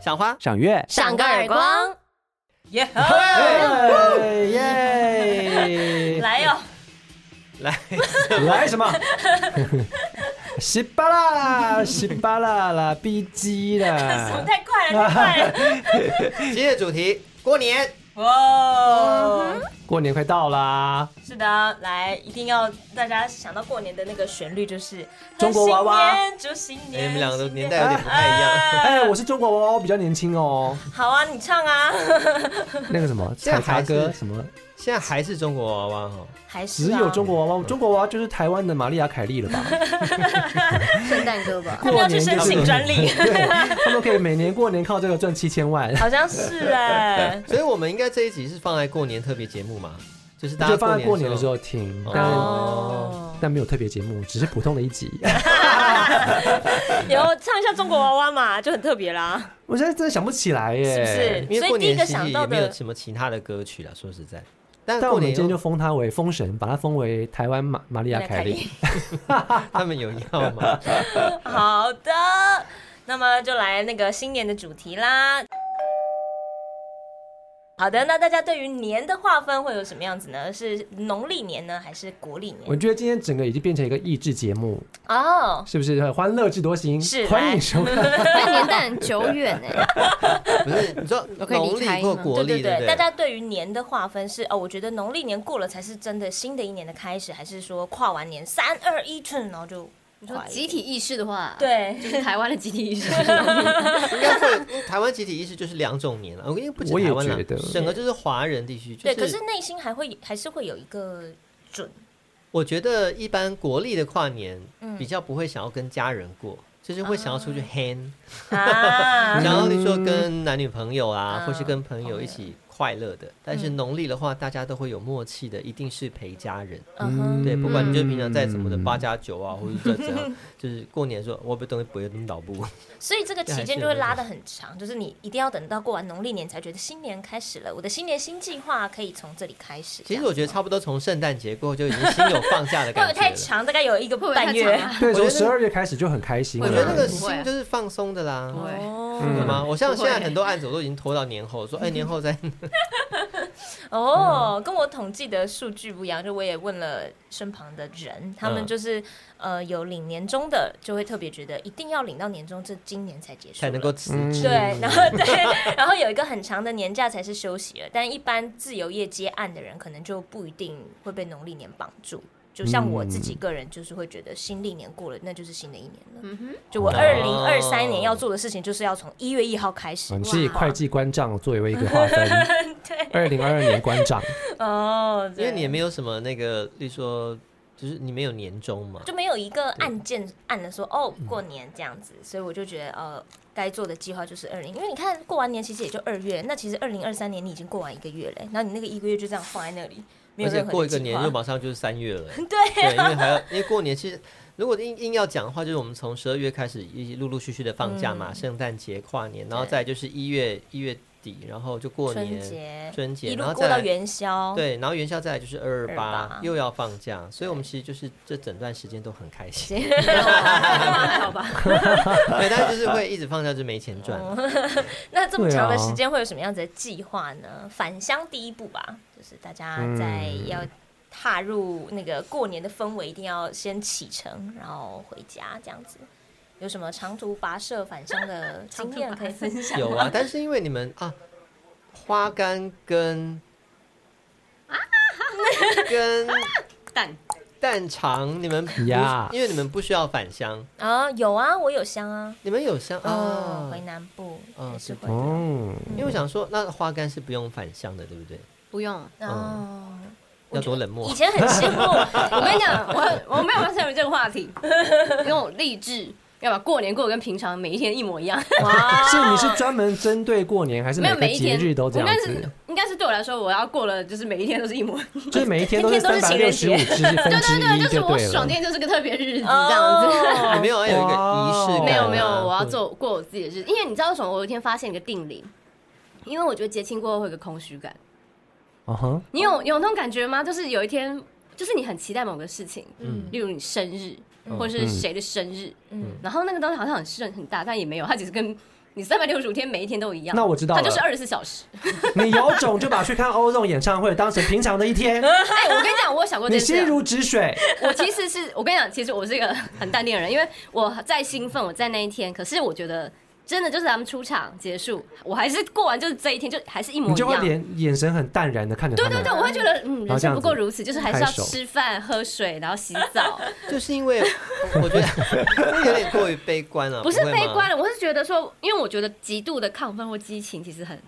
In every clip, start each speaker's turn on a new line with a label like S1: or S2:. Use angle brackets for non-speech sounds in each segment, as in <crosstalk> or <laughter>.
S1: 赏花，
S2: 赏月，
S3: 赏个耳光，
S4: 耶、
S2: 哎
S3: 哎
S2: 耶！
S3: 来哟！
S1: 来，
S2: 来什 <laughs> 么？稀巴啦啦，稀巴啦啦，逼鸡
S1: 哎
S3: <laughs>
S2: 啦！
S3: 太快了，太快
S1: <laughs>
S3: 了！
S1: 今天的主题过年，
S3: 哇，
S2: 过年快到啦，
S3: 哦是的，来，一定要大家想到过年的那个旋律就是
S2: 中国娃娃
S3: 新年，祝新
S1: 哎
S3: 年。
S1: 你们两个
S3: 新
S1: 年代有点不太一样。
S3: 呃
S2: 哎，我是中国娃娃，我比较年轻哦。
S3: 好啊，你唱啊， <laughs>
S2: 那个什 <laughs> 么
S1: 这样
S2: 采茶
S1: 还是
S2: 歌什么，
S1: 现在还是中国娃娃哈，
S3: 还是
S2: 只
S3: 啊
S2: 有中国娃娃，中国娃娃就是台湾的玛丽亚凯莉了吧？
S5: 圣诞歌吧。
S3: 他们
S2: 过
S3: 要
S2: 年
S3: 去申
S2: 就是
S3: 请
S1: <laughs>
S3: 专利，
S2: <laughs> 他们可以每年过年靠这个赚七千 <laughs> 万，
S3: 好像
S1: <laughs>
S3: 是哎。 <laughs>
S1: 所以我们应该这一集是放在过年特别节目嘛，就是大家
S2: 就放在过年的时
S1: 候。
S2: 候听，但
S3: 哦，
S2: 但没有特别节目，只是普通的一
S3: <laughs>
S2: 集。
S3: 有唱一下中国娃娃嘛，就很特别啦。
S2: 我现在真的想不起来
S3: 是
S2: 耶，
S3: 不是
S1: 因为过年其实
S3: 所以第一个想到
S1: 也没
S3: 的
S1: 有什么其他的歌曲了，说实在，但
S2: 但
S1: 过
S2: 我们
S1: 年
S2: 今天就
S1: 又
S2: 封她为封神，把她封为台湾玛玛利亚凯莉。啊
S1: <laughs> 他们有要吗？
S3: 好的，那么就来那个新年的主题啦。好的，那大家对于年的划分会有什么样子呢？是农历年呢，还是国历
S2: <laughs> 我
S3: 年？
S2: 觉得今天整个已经变成一个益智节目，
S3: 哦，
S2: 是不是？很欢乐智多星，
S3: 是
S2: 欢
S3: 来
S2: 迎收看。
S3: <laughs>
S5: 那年代很久远
S2: <laughs>
S5: 哎、
S1: 不是，你说
S5: 可以
S1: 农
S5: 离开
S1: 历或
S5: 吗
S1: 国历，
S3: 对
S1: 不
S3: 大家对于年的划分是哦，我觉得农历年过了才是真的新的一年的开始，还是说跨完年三二一寸，然后就
S5: 你说
S3: 跨一
S5: 集体意识的话，，
S3: 对
S5: 就是台湾的集体意 <laughs> 识。
S1: 应该会台湾集体意识就是两种年了，因为不止
S2: 我也
S1: 台湾了
S2: 觉得，
S1: 整个就是华人地区。
S3: 对，可
S1: 就是
S3: 内心还会还是会有一个准
S1: 我觉得一般国历的跨年
S3: 嗯
S1: 比较不会想要跟家人过，就是会想要出去 hang， <laughs>
S3: 啊，
S1: 然后你说跟男女朋友啊，
S3: 嗯
S1: 或是跟朋友一起快乐的。但是农历的话，大家都会有默契的，一定是陪家人。
S3: 嗯哼，
S1: 对，不管你就平常再怎么的
S2: 嗯
S1: 八加九啊，或者再怎样，就是过年的时候，我不东西不会那么脑部。
S3: 所以这个期间就会拉得很长，就是你一定要等到过完农历年才觉得新年开始了，我的新年新计划可以从这里开始。
S1: 其实我觉得差不多从圣诞节过后就已经心有放假的
S3: 这
S1: 感
S3: 样会不会
S1: 觉
S3: 太
S1: 了。
S3: 长？大概有一个
S5: 会不会
S3: 半
S5: 太
S3: 月
S5: 长。啊？
S2: <laughs> 对，
S1: 我觉
S2: 从
S1: 得
S2: 十二月开始就很开心
S1: 我
S2: 了。
S1: 觉得那个
S5: 不会
S1: 心就是放松的啦。
S5: 不会
S3: 哦
S1: 对
S2: 嗯
S1: 吗？我像
S5: 不
S1: 现
S5: 会
S1: 在很多案子我都已经拖到年后，说哎年后再
S3: 哦，跟我统计的数据不一样，就我也问了身旁的人，他
S1: 嗯
S3: 们就是、呃有领年终的，就会特别觉得一定要领到年终，这今年才结束
S1: 才能够辞
S2: 嗯
S1: 职。
S3: 对，然后 <laughs> 对，然后有一个很长的年假才是休息了，但一般自由业接案的人，可能就不一定会被农历年绑住。就像我自己
S1: 嗯
S3: 个人，就是会觉得新历年过了，那就是新的一年了。
S1: 哦
S5: 嗯 <laughs> 哼，
S3: 就我二零二三年要做的事情，就是要从一月一号开始
S2: 啊。你是以会计关账作为一个划分，二零二二年关账，
S3: 哦，
S1: 因为你也
S3: 对
S1: 没有什么那个，例如说，就是你没有年终嘛，
S3: 就没有一个案件按了说哦过年这样子，所以我就觉得呃该做的计划就是二零，因为你看过完年其实也就二月，那其实二零二三年你已经过完一个月了，然后你那个一个月就这样放在那里，没
S1: 而
S3: 有
S1: 且
S3: 任何
S1: 过一个
S3: 计
S1: 年
S3: 划
S1: 又马上就是三月了。
S3: <laughs> 对，
S1: 对，
S3: 啊
S1: 因为还要因为过年其实。如果硬硬要讲的话，就是我们从十二月开始一陆陆续续的放假
S3: 嗯
S1: 嘛，圣诞节、跨年，然后再就是一月一月底，然后就过
S3: 春
S1: 年，
S3: 节，
S1: 春节
S3: 一路
S1: 然后
S3: 过
S1: 再
S3: 到
S1: 来
S3: 元宵，，
S1: 对，然后元宵再来就是二二八
S3: 228，
S1: 又要放假，所以我们其实就是这整段时间都很开心，
S5: 还好吧？
S1: 对，但是就是会一直放假就没钱
S3: 哦
S1: 赚了，
S3: <laughs> 那这么
S2: 对
S3: 长的
S2: 啊
S3: 时间会有什么样子的计划呢？返乡第一步吧，就是大家
S2: 嗯
S3: 在要踏入那个过年的氛围，一定要先启程，然后回家这样子。有什么长途跋涉返乡
S1: <laughs>
S3: 的经验可以分享？
S1: 有啊，但是因为你们啊，花干跟
S3: 啊
S1: 跟
S5: 蛋
S1: 蛋肠，你们不
S2: 呀
S1: 因为你们不需要返乡，
S3: 啊，有啊，我有乡啊，
S1: 你们有乡
S3: 哦
S1: 啊，
S3: 回。南部
S1: 哦
S3: 也是
S1: 对
S3: 会
S2: 嗯，
S1: 因为我想说，那花干是不用返乡的，对不对？
S5: 不用。
S3: 哦。
S1: 嗯要多冷漠
S3: 以。前很羡慕，
S5: 我跟你讲，我我没有办法参与这个话题，因为我立志要把过年过得跟平常每一天一模一样。
S3: 哇
S2: 是你是专门针对过年，还是
S5: 没
S2: 每
S5: 有
S2: 个
S5: 每一
S2: 节
S5: 天
S2: 日都这
S5: 应
S2: 样
S5: 该
S2: 子
S5: 是？应该是对我来说，我要过了就是每一天都是
S2: <laughs>
S5: 一模。
S2: 就是每一天都是
S3: 天
S2: 三
S3: 天都
S2: 百
S3: 是
S2: 六十五
S3: 情人节
S2: 之一分之
S5: 对对，
S2: 一
S5: 就是我
S2: 对
S5: 爽
S2: 了。
S5: 天就是个特别日子这样子。
S1: <laughs>
S2: 哦
S3: 哦
S1: 你没有要有一个仪
S2: 哇
S1: 式感吗，
S5: 没有没有，我要
S1: 或者
S5: 做过我自己的日子，因为你知道为什么？我有一天发现一个定理，因为我觉得节庆过后会有个空虚感。
S2: 嗯哼，
S5: 你有有那种感觉吗？就是有一天，就是你很期待某个事情，
S1: 嗯
S5: 例如你生日，或者是谁的生日，
S3: 嗯
S5: 然后那个东西好像很盛很大，但也没有，它只是跟你三百六十五天每一天都一样，
S2: 那我知道了
S5: 它啊就是二十四小时。 <laughs>
S2: 你有种就把去看欧纵演唱会当成平常的一天，
S5: 哎，我跟你讲，我有想过这
S2: 你
S5: 件事
S2: 心
S5: 啊。
S2: 如止水。
S5: 我其实是我跟你讲，其实我是一个很淡定的人，因为我在兴奋，我在那一天，可是我觉得。真的就是咱们出场结束，我还是过完就是这一天，就还是一模
S2: 你
S5: 一
S2: 就会
S5: 样。
S2: 脸眼神很淡然的看着他
S5: 对
S2: 们。
S5: 对对，我会觉得嗯，
S2: 然后
S5: 人
S2: 这样
S5: 生
S2: 子
S5: 不过如此，就是还是要
S2: 拍手
S5: 吃饭、喝水，然后洗澡。
S1: 就是因为 <laughs> 我觉得有点过于悲观了，
S5: 不是
S1: 呃会
S5: 悲
S1: 吗
S5: 观了，我是觉得说，因为我觉得极度的亢奋或激情其实很，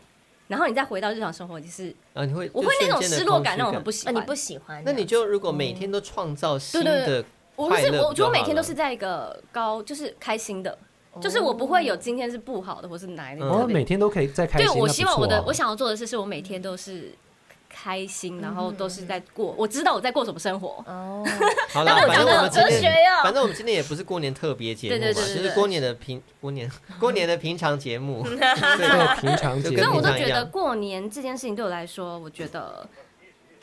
S5: 然后你再回到日常生活，就是
S1: 啊，你会
S5: 我会那种失落感，让我很不
S1: 喜。
S3: 啊，
S5: 喜欢。
S3: 你不喜欢？
S1: 那你就如果每天都创造新
S5: 对对
S1: 的
S5: 我不
S1: 快
S5: 是，
S1: 乐，
S5: 我觉得我每天都是在一个高，就是开心的，
S3: 哦
S5: 就是我不会有今天是不好的，或是哪一天
S2: 哦，
S5: 特别
S2: 每天都可以再开心。
S5: 对，我
S2: 那不
S5: 希望我的
S2: 错啊
S5: 我想要做的事是我每天都是开心，然
S3: 嗯
S5: 后都是在过，我知道我在过什么生活。
S3: <laughs> 哦，
S1: 好了，
S5: 那我
S1: 反
S5: 讲
S1: 正
S5: 得
S1: 我
S5: 好
S1: 们今
S5: 哲
S1: 天
S5: 学哟
S1: 反正我们今天也不是过年特别节目嘛，
S5: 对对对对对
S1: 就是过年的平过年过年的平常节
S5: <laughs>
S1: 目，
S2: <laughs> 对平常
S1: 就
S2: 节
S1: 跟
S5: 所以
S2: 目
S5: 我
S1: 平常
S5: 就
S1: 一
S5: 觉
S1: 样
S5: 得过年这件事情对我来说，我觉得。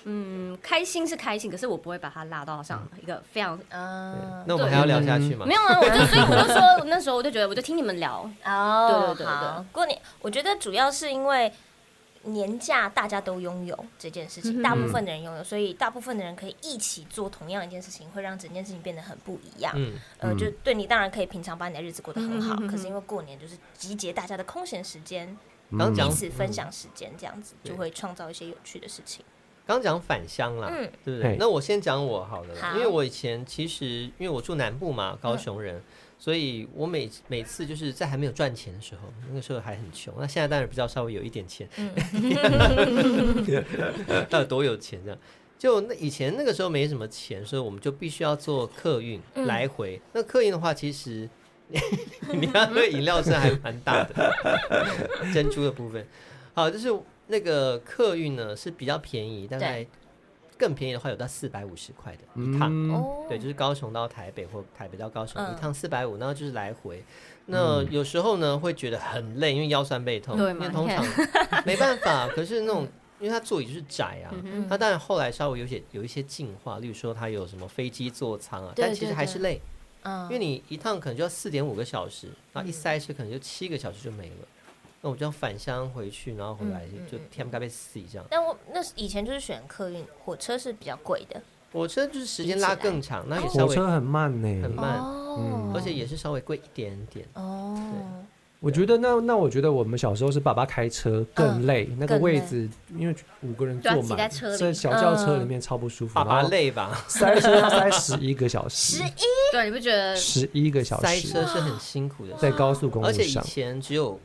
S5: 嗯，开心是开心，可是我不会把它拉到上一个非常
S3: 嗯，
S1: 那我们还要聊下去吗？
S5: <laughs> 没有啊，我就所以我就说那时候我就觉得我就听你们聊，
S3: 哦，
S5: 对对对对
S3: 好，过年我觉得主要是因为年假大家都拥有这件事
S5: 嗯
S3: 情，大
S1: 嗯
S3: 部分的人拥有，所以大部分的人可以一起做同样一件事情，会让整件事情变得很不一样。
S1: 嗯，
S3: 呃，
S2: 嗯
S3: 就对你当然可以平常把你的日子过得很好，
S5: 嗯嗯嗯嗯
S3: 可是因为过年就是集结大家的空闲时间，
S1: 刚讲嗯
S3: 彼此分享时间，这样子
S1: 对
S3: 就会创造一些有趣的事情。
S1: 刚讲返乡啦，
S3: 嗯
S1: 对不
S2: 嘿
S1: 对？那我先讲我好了啦，
S3: 好
S1: 因为我以前其实因为我住南部嘛，高雄人，所以我每每次就是在还没有赚钱的时候，那个时候还很穷，那现在当然比较稍微有一点钱， <laughs> 到底多有钱这样。就那以前那个时候没什么钱，所以我们就必须要做客运、
S5: 嗯
S1: 来回。那客运的话，其实 <laughs> 你看那个饮料声还蛮大
S5: <laughs>
S1: 的，珍珠的部分。好，就是那个客运呢是比较便宜，大概更便宜的话有到四百五十块的一趟。
S2: 嗯，
S3: 哦
S1: 对，就是高雄到台北或台北到高雄、
S3: 嗯
S1: 一趟四百五，然后就是来回。那有时候呢会觉得很累，因为腰酸背痛，
S5: 对
S1: 因
S5: 嘛
S1: 为
S5: <laughs>
S1: 通常没办法。可是那种因为它座椅就是窄啊，
S5: 嗯
S1: 它当然后来稍微有些有一些进化，例如说它有什么飞机座舱啊，
S5: 对
S1: 但其实
S5: 对
S1: 还是累，
S3: 嗯
S1: 因为你一趟可能就要四点五个小时，然后一塞车可能就七个小时就没了。那我就要返乡回去，然后回来
S3: 嗯嗯
S1: 就
S3: 嗯
S1: 天不该被死这样。
S3: 但我那是以前就是选客运，火车是比较贵的，
S1: 火车就是时间
S3: 比起来
S1: 拉更长，那也稍
S2: 火
S1: 微
S2: 车很慢嗯
S1: 很
S2: 呢。
S1: 慢，
S3: 哦
S1: 而且也是稍微贵一点点。
S3: 哦，
S2: 我觉得那那我觉得我们小时候是爸爸开车更累，那个
S3: 更累
S2: 位置因为五个人
S5: 嗯对啊
S2: 坐
S5: 挤在
S2: 满
S5: 车，里嗯
S2: 在小轿车里面超不舒服，
S1: 爸爸
S2: 然后
S1: 累吧？
S2: 塞车要塞十一个小时
S3: 十，一
S5: 对，你不觉得？
S2: 十一个小
S1: 塞车
S2: 时
S1: 是
S3: 哦
S1: 很辛苦的事，
S2: 在高速公
S1: 而
S2: 路
S1: 且以
S2: 上，
S1: 前只有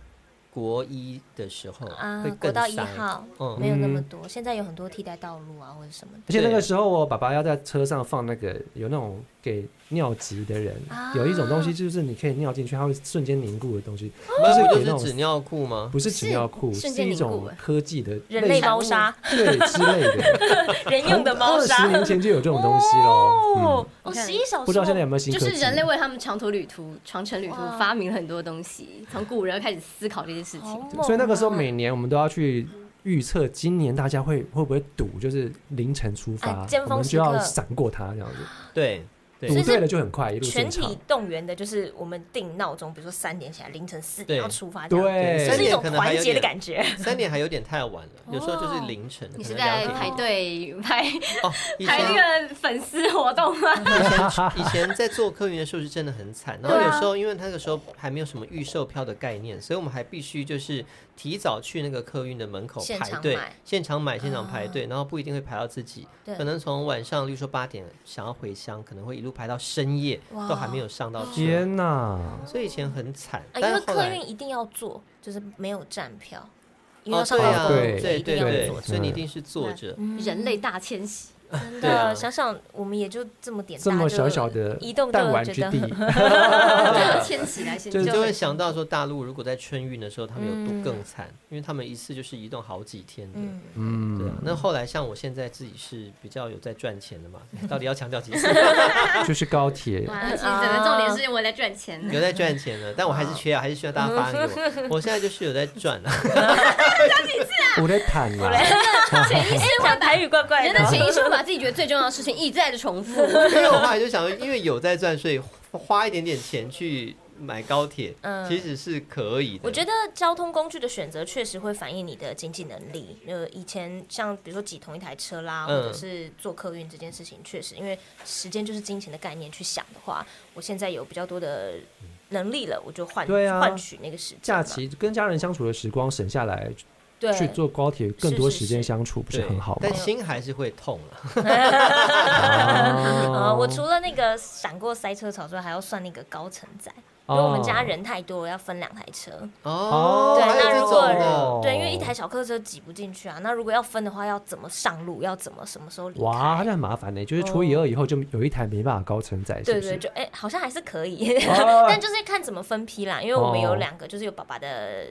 S1: 国一的时候
S3: 啊
S1: 会，
S3: 国
S1: 更
S3: 道一
S1: 塞。
S3: 号
S1: 嗯
S3: 没有那么
S2: 嗯
S3: 多，现在有很多替代道路啊或者什么的
S2: 而且那
S1: 对
S2: 个时候我爸爸要在车上放那个有那种给尿急的人，
S3: 啊
S2: 有一种东西就是你可以尿进去，它会瞬间凝固的东西，
S3: 哦
S1: 那
S2: 就是
S1: 不
S2: 给
S1: 就是
S2: 那种
S1: 纸尿裤吗？
S2: 不是纸尿裤，是
S5: 瞬间
S2: 一
S5: 凝固
S2: 种
S5: 欸
S2: 科技的
S3: 人类
S2: 猫
S3: 猫砂，
S2: 对之类
S3: <laughs>
S2: 的，
S3: 人用的猫
S2: 二
S3: 砂
S2: 十。年前就有这种东西喽
S3: 哦。，
S5: 嗯
S3: 哦，十一小时，
S2: 嗯，不知道现在有没有新
S5: 就
S2: 科技？
S5: 是人类为他们长途旅途、长程旅途
S3: 哇
S5: 发明了很多东西，从古人开始思考这件事
S3: 好
S5: 情。
S3: 猛啊
S2: 所以那个时候每年我们都要去预测今年大家会会不会赌，就是凌晨出发
S3: 啊，尖峰
S2: 我们
S3: 时
S2: 就
S3: 刻
S2: 要闪过它这样子，
S1: 对对
S3: 所
S2: 赌
S3: 以是
S2: 对了就很快，一路
S3: 啊全
S2: 顺畅
S3: 体。动员的，就是我们定闹钟，比如说三点起来，凌晨四
S1: 对
S3: 点要出发，这样
S1: 对
S2: 对，
S3: 就是一
S1: 三点
S3: 种
S1: 可能还
S3: 团
S1: 有
S3: 结的
S1: 点
S3: 感觉。
S1: 三点还有点太晚
S3: 哦
S1: 了，有时候就是凌晨。
S5: 你
S1: 可
S5: 是
S1: 能
S5: 在
S1: 两点
S5: 排队排
S1: 哦，以
S5: 排
S1: 前
S5: 那个粉丝活动吗？
S1: 以前 <laughs> 在做客运的时候是真的很惨，然
S5: 啊
S1: 后有时候因为那个时候还没有什么预售票的概念，所以我们还必须就是提早去那个客运的门口
S3: 现
S1: 排
S3: 场
S1: 队
S3: 买，嗯
S1: 现场买、现场排队，然后不一定会排到自己，
S3: 对
S1: 可能从晚上，例如说八点想要回乡，可能会一路排到深夜，
S3: 哇
S1: 都还没有上到车，
S2: 天哪！
S1: 所以以前很惨。
S3: 啊，因
S1: 但
S3: 为
S1: 是后
S3: 客
S1: 来
S3: 运一定要坐，就是没有站票，因为
S1: 哦
S3: 要，上
S1: 对
S3: 高
S1: 啊，
S3: 速公路，
S1: 对
S3: 所以
S1: 对
S3: 一定
S1: 对
S3: 要
S1: 对
S3: 坐，
S1: 所以你一定是坐着。
S5: <laughs> 人类大迁 <laughs> 徙，
S3: 真
S1: 对啊
S3: 的，想想我们也就这么点大，
S2: 这么小小
S3: <laughs>
S2: 的
S3: 就移动就
S2: 弹丸
S3: 觉
S2: 之
S3: <laughs> 得
S2: 地
S3: 很，
S5: 迁徙来迁
S1: 你
S5: 徙，
S1: 就会想到说，大陆如果在春运的时候，他们有多更惨，因为他们一次就是移动好几天的。
S3: 嗯，
S1: 对啊
S2: 嗯，，
S1: 那后来像我现在自己是比较有在赚钱的
S3: <laughs>
S1: 嘛，到底要强调几次？ <laughs>
S2: 就是高铁，
S5: 哇，其实整个重点是我在赚钱呢。
S1: 有在赚钱的，但我还是缺啊，还是需要大家发给
S3: <laughs>
S1: 我。我现在就是有在赚啊， <laughs>
S2: 我在坦啦，
S3: 哎，讲台语怪怪
S5: 人
S3: 的
S5: 的，潜意识会把自己觉得最重要的事情一再的重复，
S1: 因为我后来就想说，因为有在赚，所以花一点点钱去买高铁，
S3: 嗯
S1: 其实是可以的。
S3: 我觉
S1: 得
S3: 得交通工具的选择确实会反映你的经济能力。呃，以前像比如说挤同一台车啦，或
S1: 嗯
S3: 者是坐客运这件事情，确实因为时间就是金钱的概念去想的话，我现在有比较多的能力了，我就换
S2: 对啊
S3: 换取那个时间
S2: 假
S3: 嘛
S2: 期跟家人相处的时光省下来，
S3: 对
S2: 去坐高铁更多时间相处，不
S1: 对
S2: 是很好吗
S3: <laughs>
S1: 但？心还是会痛啊了。
S3: 呃，
S2: 啊
S3: 我除了那个闪过塞车潮之外，还要算那个高承载，
S2: 哦
S3: 因为我们家人太多，要分两台车。
S1: 哦，
S3: 对
S1: 还有
S3: 那
S1: 这
S3: 如
S1: 种
S3: 果
S1: 的，
S3: 对，因为一
S2: 哦
S3: 台小客车挤不进去啊。那如果要分的话，要怎么上路？要怎么什么时候离
S2: 哇，
S3: 开？
S2: 那很麻烦呢。就是除以二以后，就有一台没办法高承载，是
S3: 对
S2: 不
S3: 哦对，
S2: 是？
S3: 就哎、好像还是可以，
S2: 哦
S3: <laughs> 但就是看怎么分批啦。因为我们有
S2: 哦
S3: 两个，就是有爸爸的，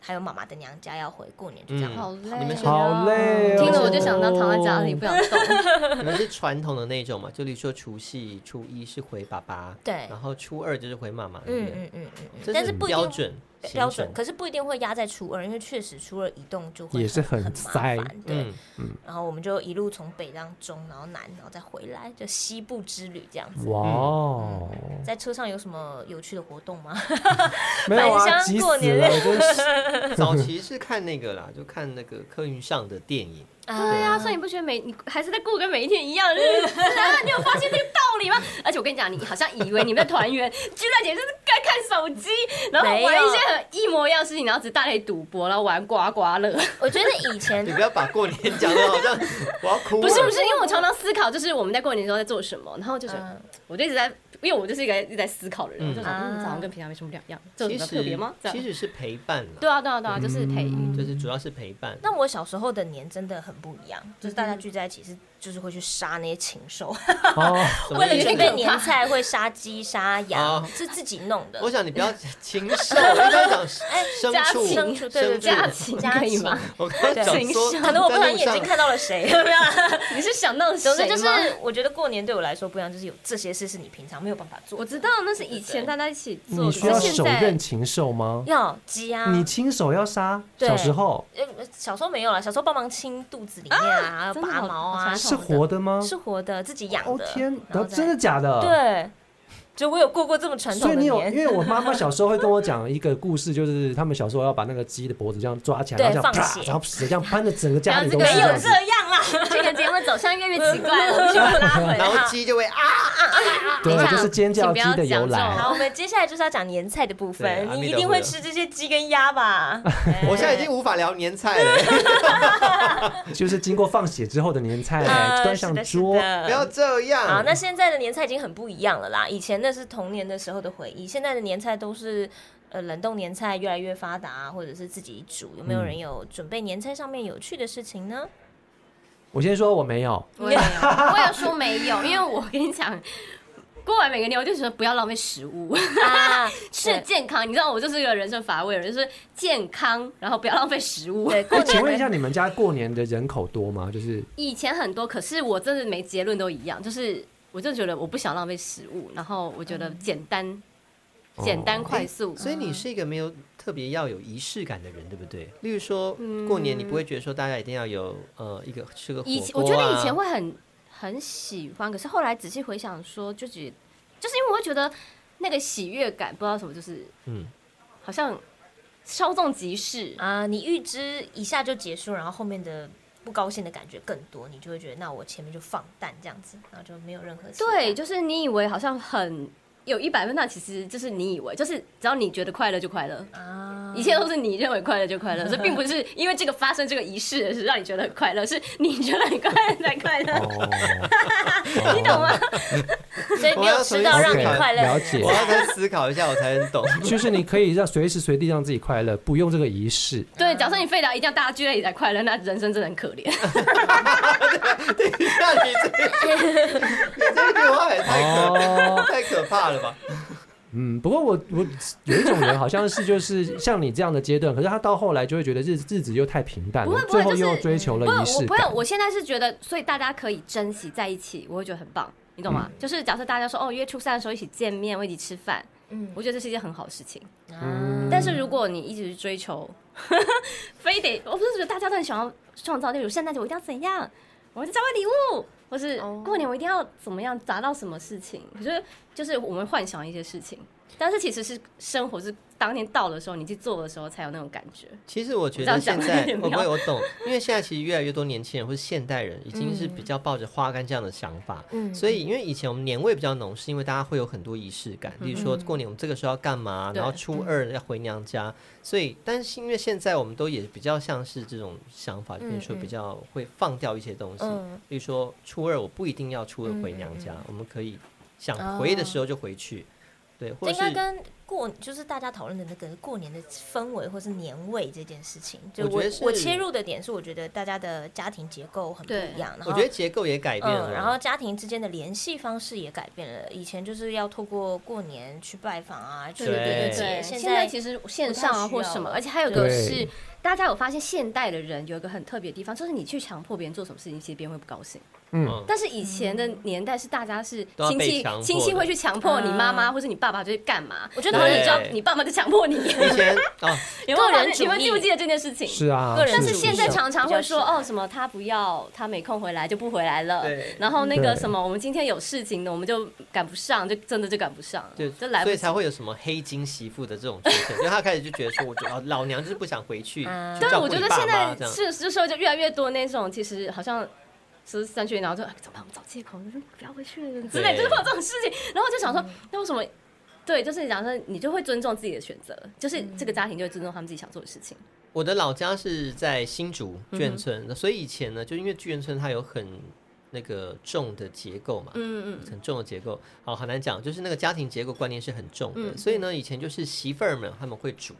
S3: 还有妈妈的娘家要回过年，就这样。哦
S1: 嗯
S5: 好累，
S1: 你们是
S2: 好累哦
S5: 听了我就想到躺在家里不想动。
S1: 你们是传统的那种嘛？就例如说除夕、初一是回爸爸，
S3: 对
S2: 啊
S1: 然后初二就是回妈妈那
S3: 哎嗯
S1: 边，
S3: 嗯嗯嗯，
S1: 这
S3: 但是
S1: 是
S3: 不一定
S1: 标准行
S3: 标准，
S1: 程。
S3: 可是不一定会压在初二，因为确实初二移动就会
S2: 也是
S3: 很
S2: 很
S3: 麻
S2: 塞
S3: 烦。对，
S1: 嗯，
S3: 然后我们就一路从北到中，然后南，然后再回来，就西部之旅这样子。
S1: 嗯
S2: 哇哦，
S3: 在车上有什么有趣的活动吗？ <laughs>
S2: 没有
S3: 返
S2: 啊，
S3: 乡
S2: 急
S3: 过
S2: 死
S3: 年
S2: 了，真
S3: <laughs>
S2: 是
S1: 嗯早期是看那个啦，就 <laughs> 看那个客运上的电
S3: <laughs>
S1: 影。
S5: 对啊，所以你不觉得每你还是在过跟每一天一样的日子啊？你有发现这个道理吗？而且我跟你讲，你好像以为你们在团圆，居然姐就是该看手机，然后
S3: 没有
S5: 玩一些很一模一样的事情，然后只大类赌博，然后玩刮刮乐。
S3: 我觉得以前
S1: 你不要把过年讲的好像我要哭了。啊
S5: 不是不是，因为我常常思考，就是我们在过年的时候在做什么，然后就是、
S3: 嗯
S5: 我就一直在，因为我就是一个一直在思考的人，
S1: 嗯
S5: 我就想，嗯，
S3: 啊
S5: 这好像跟平常没什么两样，这有
S1: 其
S5: 什么
S1: 实
S5: 特别吗？这
S1: 其
S5: 样。
S1: 实是陪伴啦，
S5: 对啊，对啊，对啊，就是陪。
S1: 就是主要是陪伴。
S3: 那我小时候的年真的很不一样，就是大家聚在一起是就是会去杀那些禽兽，
S2: 哦，
S1: 怎么
S3: <laughs> 为了
S1: 意思
S3: 准备年菜会杀鸡杀羊，
S1: 啊
S3: 是自己弄的
S1: 我。想你
S3: <laughs>
S1: 不要禽兽，我刚刚讲牲
S5: 家禽
S1: 畜，
S3: 牲畜哎对对对，
S5: 家禽
S3: 家
S5: 可以
S3: 禽
S5: 吗？
S1: <laughs> 我刚刚讲说，
S5: 禽兽
S3: 可能我不
S1: 在
S3: 小
S1: 路
S3: 心眼睛
S1: 上
S3: 看到了谁，有没有 <laughs> 啦？
S5: 你是想到谁
S3: 总
S5: 吗？
S3: 之就是，我觉得过年对我来说不一样，就是有这些事是你平常没有办法做
S5: 我
S3: 的。
S5: 知道那是以前大家一起做，
S2: 你
S5: 可
S2: 需
S5: 是
S2: 要
S5: 现
S2: 手
S5: 在
S2: 刃禽兽吗？
S3: 要鸡啊，
S2: 你亲手要杀？
S3: 对
S2: 小时候
S3: 呃，小时候没有啦，小时候帮忙清肚子里面啊，
S5: 真的
S3: 拔
S5: 好
S3: 毛
S5: 好
S3: 啊，
S5: 传
S2: 是
S5: 统的
S2: 活的吗？
S3: 是活的，自己养
S2: 哦
S3: 的。
S2: 天
S3: 然后，再
S2: 真的假的？。
S3: 对，就我有过过这么传统
S2: 所以
S3: 的
S2: 你有，因
S3: 年，
S2: 为我妈妈小时候会
S3: <laughs>
S2: 跟我讲一个故事，就是他们小时候要把那个鸡的脖子这样抓起来，
S3: 对
S2: 然后这样
S3: 放血
S2: 啪，然后血这样喷的整个家里都
S5: 不
S2: 是这
S3: 没有
S5: 要
S2: 样
S3: 这
S2: 子。
S3: 样啦，
S5: 这个节目走向越来越奇怪了，我们全部拉回来。
S1: 然后鸡就会啊，
S5: 等
S2: <laughs>
S5: 一
S2: 对，
S5: 下
S2: 这是尖叫鸡的由
S5: 请不要讲这
S2: 来
S5: 种。
S3: 好，我们接下来就是要讲年菜的部
S1: 对
S3: 分
S1: 阿，
S3: 你
S1: 弥
S3: 一
S1: 陀
S3: 定会
S1: 佛
S3: 吃这些鸡跟鸭吧？
S1: 我现在已经无法聊年菜了，
S3: <laughs>
S2: 就是经过放血之后的年
S1: 哎
S2: 菜哎
S3: 呃
S2: 端
S3: 是
S2: 上
S3: 的是
S2: 桌，
S3: 的
S1: 不要这样。
S3: 好，那现在的年菜已经很不一样了啦。以前那是童年的时候的回忆，现在的年菜都是呃冷冻年菜越来越发达，或者是自己煮。有没有人
S1: 嗯
S3: 有准备年菜上面有趣的事情呢？
S1: <laughs>
S2: 我先说我没有，
S5: 我也没有，
S2: <laughs>
S5: 我有说没有，因为我跟你讲，过完每个年我就觉得不要浪费
S2: <laughs>
S5: 食物，
S3: 啊，
S5: 是
S3: 对
S5: 健康。你知道我就是一个人生乏味的人，就是健康，然后不要浪费食物。
S3: 对，过
S2: 哎，
S3: 年
S2: 请问一下，你们家过年的人口多吗？
S3: <laughs>
S2: 就是
S5: 以前很多，可是我真的没结论都一样，就是我就觉得我不想浪费食物，然后我觉得
S2: 嗯
S5: 简单、
S2: 哦
S5: 简单快速。
S1: 所以你是一个没有特别要有仪式感的人，对不对？例如说过年，你不会觉得说大家一定要有呃一个吃个火锅、啊、
S5: 嗯以前我觉得以前会很很喜欢，可是后来仔细回想说，就觉就是因为我会觉得那个喜悦感，不知道什么，就是
S1: 嗯
S5: 好像稍纵即逝。
S3: 啊，你预知一下就结束，然后后面的不高兴的感觉更多，你就会觉得那我前面就放淡这样子，然后就没有任何期待
S5: 对，就是你以为好像很有一百分，那其实就是你以为，就是只要你觉得快乐就快乐，
S1: 嗯
S3: 啊，
S5: 一切都是你认为快乐就快乐，这并不是因为这个发生这个仪式是让你觉得很快乐，是你觉得很快乐 <laughs> 才快乐，
S1: <laughs>
S2: 哦，
S5: 你懂吗？
S1: 哦
S3: 所以你有吃到让你快乐的
S2: 了
S3: 年菜
S2: 解
S1: 我，要再思考一下，我才能懂。 <laughs>
S2: 就是你可以让随时随地让自己快乐，不用这个仪式。
S5: 对，假设你废掉一定要大家聚在一起才快乐，那人生真的很可怜。
S1: 那你这你这句话也太可、
S2: 哦，
S1: <laughs> 太可怕了吧？
S2: 嗯，不过我我有一种人好像是就是像你这样的阶段，可是他到后来就会觉得日日子又太平淡
S5: 不
S2: 了
S5: 会，不会
S2: 最后
S5: 就是
S2: 又追求了
S5: 不
S2: 仪
S5: 是，我
S2: 式
S5: 不会，
S2: 感。
S5: 我现在是觉得，所以大家可以珍惜在一起，我会觉得很棒，你懂吗？
S2: 嗯
S5: 就是假设大家说哦，约初三的时候一起见面，我一起吃饭，
S3: 嗯
S5: 我觉得这是一件很好的事情。
S2: 嗯
S1: 嗯
S3: 啊
S5: 但是如果你一直追求， <laughs> 非得，我不是觉得大家都很想要创造，例如圣诞节我一定要怎样，我要去交换礼物，或是
S3: 哦
S5: 过年我一定要怎么样达到什么事情，可是就是我们幻想一些事情，但是其实是生活是当天到的时候，你去做的时候才有那种感觉。
S1: 其实我觉
S5: 这
S1: 得
S5: 样
S1: 现
S5: 讲有
S1: 在
S5: 点
S1: 我不
S5: 妙
S1: 会，我懂，因为现在其实越来越多年轻人或是现代人已经
S5: 嗯
S1: 是比较抱着花干这样的想法，
S3: 嗯
S1: 所以因为以前我们年味比较浓，是因为大家会有很多仪式感，例如说
S3: 嗯
S1: 过年我们这个时候要干嘛，
S5: 对
S1: 然后初二要回娘家，所以但是因为现在我们都也比较像是这种想法，就是说
S3: 嗯嗯
S1: 比较会放掉一些东西，
S3: 嗯
S1: 例如说初二我不一定要初二回娘家，我们可以想回的时候就回去，对，或
S3: 哦这
S1: 者
S3: 应该
S1: 是。
S3: 跟过就是大家讨论的那个过年的氛围或是年味这件事情，就
S1: 我觉
S3: 我
S1: 得是
S3: 我切入的点是，我觉得大家的家庭结构很不
S5: 对
S3: 一样，然
S1: 我
S3: 后
S1: 觉得结构也改变了，
S3: 嗯，然后家庭之间的联系方式也改变了，以前就是要透过过年去拜访啊，去
S1: 对
S3: 理解，
S5: 对，
S3: 现
S5: 现
S3: 在
S5: 其实线上啊
S3: 不
S5: 或
S3: 太需要
S5: 什么，
S3: 了
S5: 而且还有个
S2: 对
S5: 是，大家有发现现代的人有一个很特别的地方，就是你去强迫别人做什么事情，其实别人会不高兴。
S1: 嗯
S5: 但是以前的年代是大家是
S1: 都要
S5: 亲
S1: 被
S5: 戚
S1: 强迫
S5: 亲戚
S1: 的
S5: 会去强迫你妈妈
S3: 啊
S5: 或者你爸爸就是干嘛，
S3: 我觉
S1: 得
S5: 然后
S1: 对
S5: 你知道你爸妈就强迫你，
S3: <laughs>
S1: 以前哦，
S5: 有没有
S3: 个
S5: 发
S3: 人主
S5: 现？你们
S3: 义
S5: 记不记得这件事情？
S2: 是啊，
S3: 个人
S5: 但
S3: 主
S5: 是
S3: 义
S5: 现在
S3: 比较
S5: 常常会说
S3: 比较
S5: 哦，什么他不要，他没空回来就不回来了
S1: 对。
S5: 然后那个
S2: 对
S5: 什么，我们今天有事情的，我们就赶不上，就真的就赶不上了，
S3: <laughs>
S1: 对，
S5: 就来
S1: 所
S5: 不
S1: 以
S5: 及
S1: 才。会有什么黑金媳妇的这种出现， <laughs> 因为他开始就觉得说，我觉得老娘就是不想回去，
S3: 啊
S1: 去
S5: 但
S1: 照
S5: 我
S1: 顾
S5: 觉
S1: 你
S5: 得
S1: 爸
S5: 现
S1: 妈这
S5: 在
S1: 样。
S5: 是是时候就越来越多那种，其实好像十三岁，然后就、哎、怎么办？我们找借口，就是不要回去了之类，
S1: 对
S5: 就是会有这种事情。然后我就想说，那为什么？对，就是你讲说，你就会尊重自己的选择，就是这个家庭就会尊重他们自己想做的事情。
S1: 我的老家是在新竹眷村，那所以以前呢，就因为眷村它有很那个重的结构嘛，
S5: 嗯嗯
S1: 很重的结构，好很难讲，就是那个家庭结构观念是很重的，
S5: 嗯
S1: 所以呢，以前就是媳妇儿们他们会煮。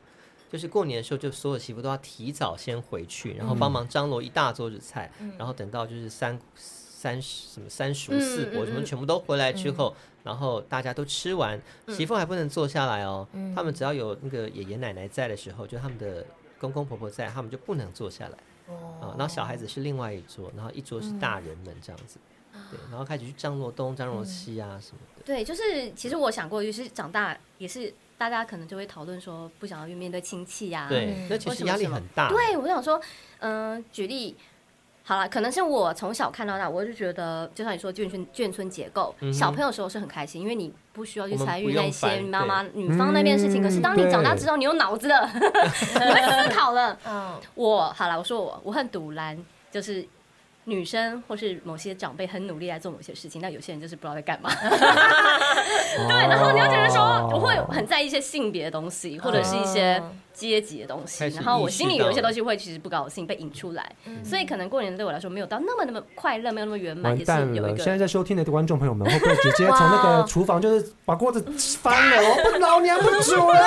S1: 就是过年的时候，就所有媳妇都要提早先回去，然后帮忙张罗一大桌子菜，然后等到就是三三什么三叔
S5: 嗯
S1: 四伯
S5: 嗯
S1: 什么
S5: 嗯嗯
S1: 全部都回来之后，然后大家都吃完，媳妇还不能坐下来哦，他们只要有那个爷爷奶奶在的时候，就他们的公公婆婆在，他们就不能坐下来。
S5: 嗯
S1: 啊，然后小孩子是另外一桌，然后一桌是大人们这样子，对，然后开始去张罗东、张
S5: 嗯
S1: 罗西啊什么的，
S5: 对，就是其实我想过，就是长大也是大家可能就会讨论说，不想要去面对亲戚啊呀、
S1: 对，那其
S5: 哎为
S1: 实
S5: 什么
S1: 压力
S5: 什么
S1: 很大，
S5: 对，我想说，嗯、举例。好了，可能是我从小看到大，我就觉得，就像你说眷村眷村结构，
S1: 嗯哼
S5: 小朋友的时候是很开心，因为你不需要去
S1: 我们
S5: 参
S1: 不
S5: 与
S1: 用
S5: 那些
S1: 烦
S5: 妈妈
S1: 对
S5: 女方那边的事情。
S2: 嗯
S5: 可是当你长大
S2: 对
S5: 之后，你有脑子了，你会思考了。
S3: 嗯
S5: 我好了，我说我我很堵拦，就是女生或是某些长辈很努力在做某些事情，但有些人就是不知道在干嘛。
S2: 对，
S5: 对，然后你
S2: 要
S5: 会觉得
S2: 哦
S1: 哦
S5: 说，我会很在意一些性别的东西，或者是一些阶级的东西
S1: 开，始
S5: 然后我心里有一
S1: 意识
S5: 些
S1: 到
S5: 东西会其实不高兴被引出来，所以可能过年对我来说没有到那么那么快乐，没有那么圆满，
S2: 完
S5: 也是
S2: 蛋
S5: 有一
S2: 了！现在
S5: 个。
S2: 在收听的观众朋友们，会不会直接从那个厨房就是把锅子翻了？
S5: <laughs>
S2: 我不，老娘不煮了！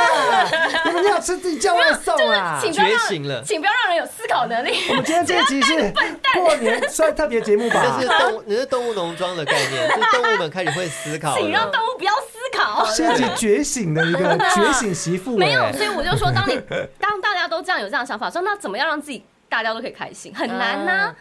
S2: 你们要吃自己叫外送啊！
S5: 请不要
S1: 觉
S5: 让，
S1: 醒了，
S5: 请不要让人有思考能力。
S2: 我们今天这一集是过年算特别节目
S1: <laughs>
S2: 吧
S1: 这是？动物，你是动物农庄的概念，就是动物们开始会思考
S5: 请让
S1: 了，
S5: 动物不要思考。
S2: 是一集觉醒
S5: <laughs>
S2: 的一个觉醒媳妇，
S5: 啊没有
S2: 哎，
S5: 所以我就说，当你 <laughs> 当大家都这样有这样的想法，说那怎么样让自己大家都可以开心，很难呐、
S3: 嗯